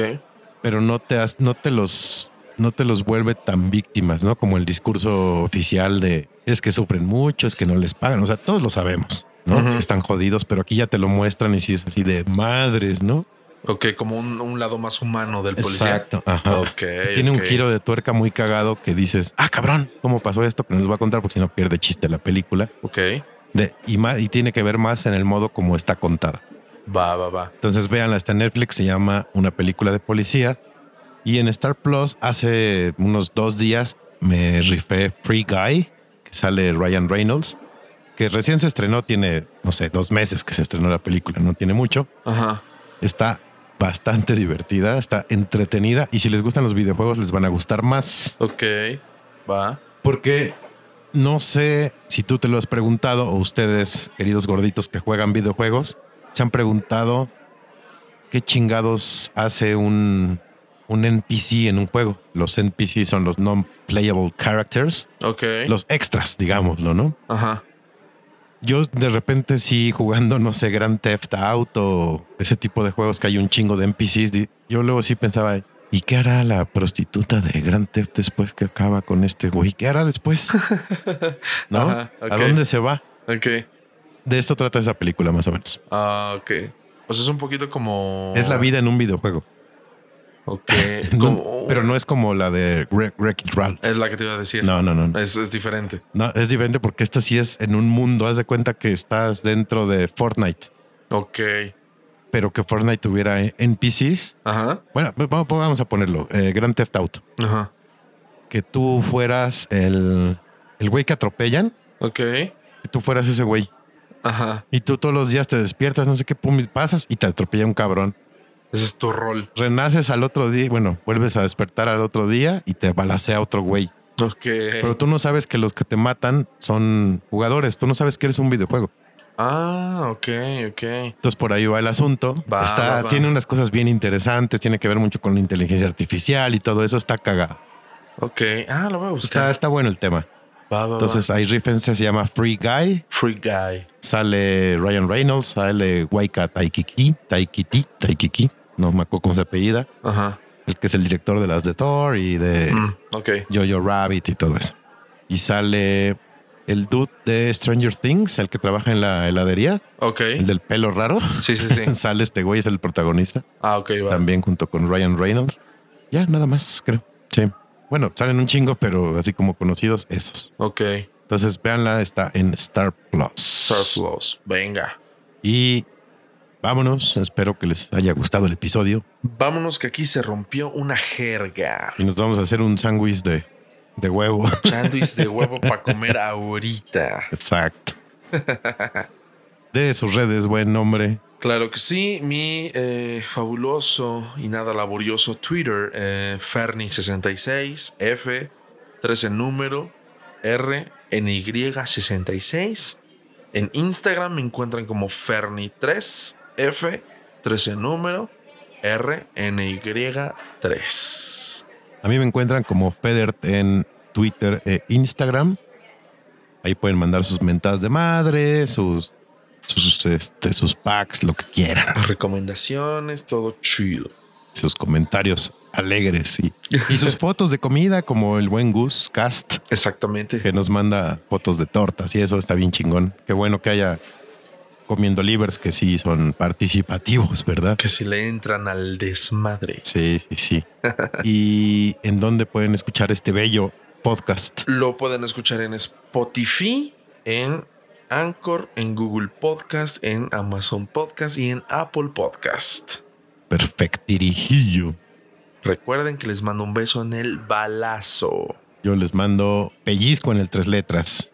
Speaker 1: pero no te, has- no te los, no te los vuelve tan víctimas, ¿no? Como el discurso oficial de es que sufren mucho, es que no les pagan. O sea, todos lo sabemos, ¿no?
Speaker 2: Ujú.
Speaker 1: Que Están jodidos, pero aquí ya te lo muestran y sí es así de madres, ¿no?
Speaker 2: Ok, como un, un lado más humano del policía.
Speaker 1: Ajá.
Speaker 2: Ok.
Speaker 1: Tiene un
Speaker 2: ok.
Speaker 1: giro de tuerca muy cagado que dices, ah, cabrón, ¿cómo pasó esto? Que no les voy a contar porque si no pierde chiste la película.
Speaker 2: Ok.
Speaker 1: De, y, más, y tiene que ver más en el modo como está contada.
Speaker 2: Va, va, va.
Speaker 1: Entonces véanla, está en Netflix, se llama Una película de policía. Y en Star Plus hace unos dos días me rifé Free Guy, que sale Ryan Reynolds, que recién se estrenó, tiene, no sé, dos meses que se estrenó la película, no tiene mucho.
Speaker 2: Ajá.
Speaker 1: Está bastante divertida, está entretenida y si les gustan los videojuegos les van a gustar más.
Speaker 2: Ok. Va.
Speaker 1: Porque no sé si tú te lo has preguntado o ustedes, queridos gorditos que juegan videojuegos, se han preguntado qué chingados hace un, un NPC en un juego. Los NPC son los non-playable characters,
Speaker 2: Ok.
Speaker 1: los extras, digámoslo, ¿no?
Speaker 2: Ajá.
Speaker 1: Yo de repente sí jugando, no sé, Grand Theft Auto, ese tipo de juegos que hay un chingo de NPCs, di- yo luego sí pensaba, ¿y qué hará la prostituta de Grand Theft después que acaba con este güey? ¿Qué hará
Speaker 2: [laughs]
Speaker 1: después? ¿No?
Speaker 2: Ajá,
Speaker 1: ¿A
Speaker 2: ok.
Speaker 1: dónde se va?
Speaker 2: Ok.
Speaker 1: De esto trata esa película más o menos.
Speaker 2: Ah, ok. O sea, es un poquito como.
Speaker 1: Es la vida en un videojuego,
Speaker 2: Ok.
Speaker 1: [laughs] No,
Speaker 2: como-
Speaker 1: pero no es como la de Wre- Wreck-It Ralph.
Speaker 2: Es la que te iba a decir.
Speaker 1: No, no, no, no.
Speaker 2: Es, es diferente.
Speaker 1: No, es diferente porque esta sí es en un mundo. Haz de cuenta que estás dentro de Fortnite,
Speaker 2: Ok.
Speaker 1: pero que Fortnite tuviera NPCs.
Speaker 2: Ajá.
Speaker 1: Bueno, pues vamos- vamos a ponerlo. eh, Grand Theft Auto.
Speaker 2: Ajá.
Speaker 1: que tú fueras el, el güey que atropellan,
Speaker 2: Ok.
Speaker 1: que tú fueras ese güey.
Speaker 2: Ajá.
Speaker 1: Y tú todos los días te despiertas, no sé qué, pum, y pasas y te atropella un cabrón.
Speaker 2: Ese es tu rol.
Speaker 1: Renaces al otro día, bueno, vuelves a despertar al otro día y te balacea otro güey.
Speaker 2: Ok.
Speaker 1: Pero tú no sabes que los que te matan son jugadores, tú no sabes que eres un videojuego.
Speaker 2: Ah, ok, ok.
Speaker 1: Entonces por ahí va el asunto.
Speaker 2: Va,
Speaker 1: está,
Speaker 2: va, va.
Speaker 1: Tiene unas cosas bien interesantes, tiene que ver mucho con la inteligencia artificial y todo eso, está cagado.
Speaker 2: Ok. Ah, lo voy
Speaker 1: Está,
Speaker 2: a buscar.
Speaker 1: está bueno el tema.
Speaker 2: Va, va, va.
Speaker 1: Entonces ahí rifense se llama Free Guy,
Speaker 2: Free Guy.
Speaker 1: Sale Ryan Reynolds, sale Waika Taikiki, Taikiti, Taikiki, no me acuerdo cómo se apellida,
Speaker 2: Ajá.
Speaker 1: el que es el director de las de Thor y de
Speaker 2: Mm, ok.
Speaker 1: Jojo Rabbit y todo eso. Y sale el dude de Stranger Things, el que trabaja en la heladería,
Speaker 2: Ok.
Speaker 1: el del pelo raro. [laughs]
Speaker 2: Sí, sí, sí.
Speaker 1: Sale este güey, es el protagonista,
Speaker 2: Ah, ok, va.
Speaker 1: también junto con Ryan Reynolds. Ya, nada más, creo. Sí. Bueno, salen un chingo, pero así como conocidos, esos.
Speaker 2: Ok.
Speaker 1: Entonces, véanla, está en Star Plus.
Speaker 2: Surplus. Venga.
Speaker 1: Y vámonos. Espero que les haya gustado el episodio.
Speaker 2: Vámonos que aquí se rompió una jerga.
Speaker 1: Y nos vamos a hacer un sándwich de, de huevo. [laughs]
Speaker 2: Sándwich de huevo para comer ahorita.
Speaker 1: Exacto. De sus redes, buen nombre.
Speaker 2: Claro que sí, mi eh, fabuloso y nada laborioso Twitter, eh, Ferni66, F, 3 en número, R, en Y66. En Instagram me encuentran como Ferni3, F, 3 en número, R, en Y3.
Speaker 1: A mí me encuentran como Federt en Twitter e Instagram. Ahí pueden mandar sus mentadas de madre, sus, sus, este, sus packs, lo que quieran,
Speaker 2: Recomendaciones, todo chido.
Speaker 1: sus comentarios alegres y, y sus fotos de comida, como el buen Gus Cast,
Speaker 2: Exactamente.
Speaker 1: que nos manda fotos de tortas y eso está bien chingón. Qué bueno que haya comiendo livers que sí son participativos, ¿verdad?
Speaker 2: Que si le entran al desmadre.
Speaker 1: Sí, sí, sí. ¿Y en dónde pueden escuchar este bello podcast?
Speaker 2: Lo pueden escuchar en Spotify, en Anchor, en Google Podcast, en Amazon Podcast y en Apple Podcast.
Speaker 1: Perfectirijillo.
Speaker 2: Recuerden que les mando un beso en el balazo.
Speaker 1: Yo les mando pellizco en el tres letras.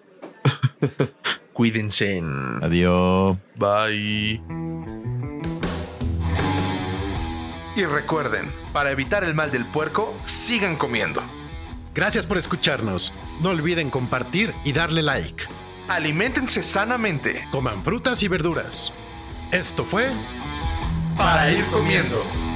Speaker 2: Cuídense.
Speaker 1: Adiós.
Speaker 2: Bye.
Speaker 5: Y recuerden, para evitar el mal del puerco, sigan comiendo.
Speaker 3: Gracias por escucharnos. No olviden compartir y darle like.
Speaker 5: Aliméntense sanamente
Speaker 3: Coman frutas y verduras. Esto fue
Speaker 5: para ir comiendo.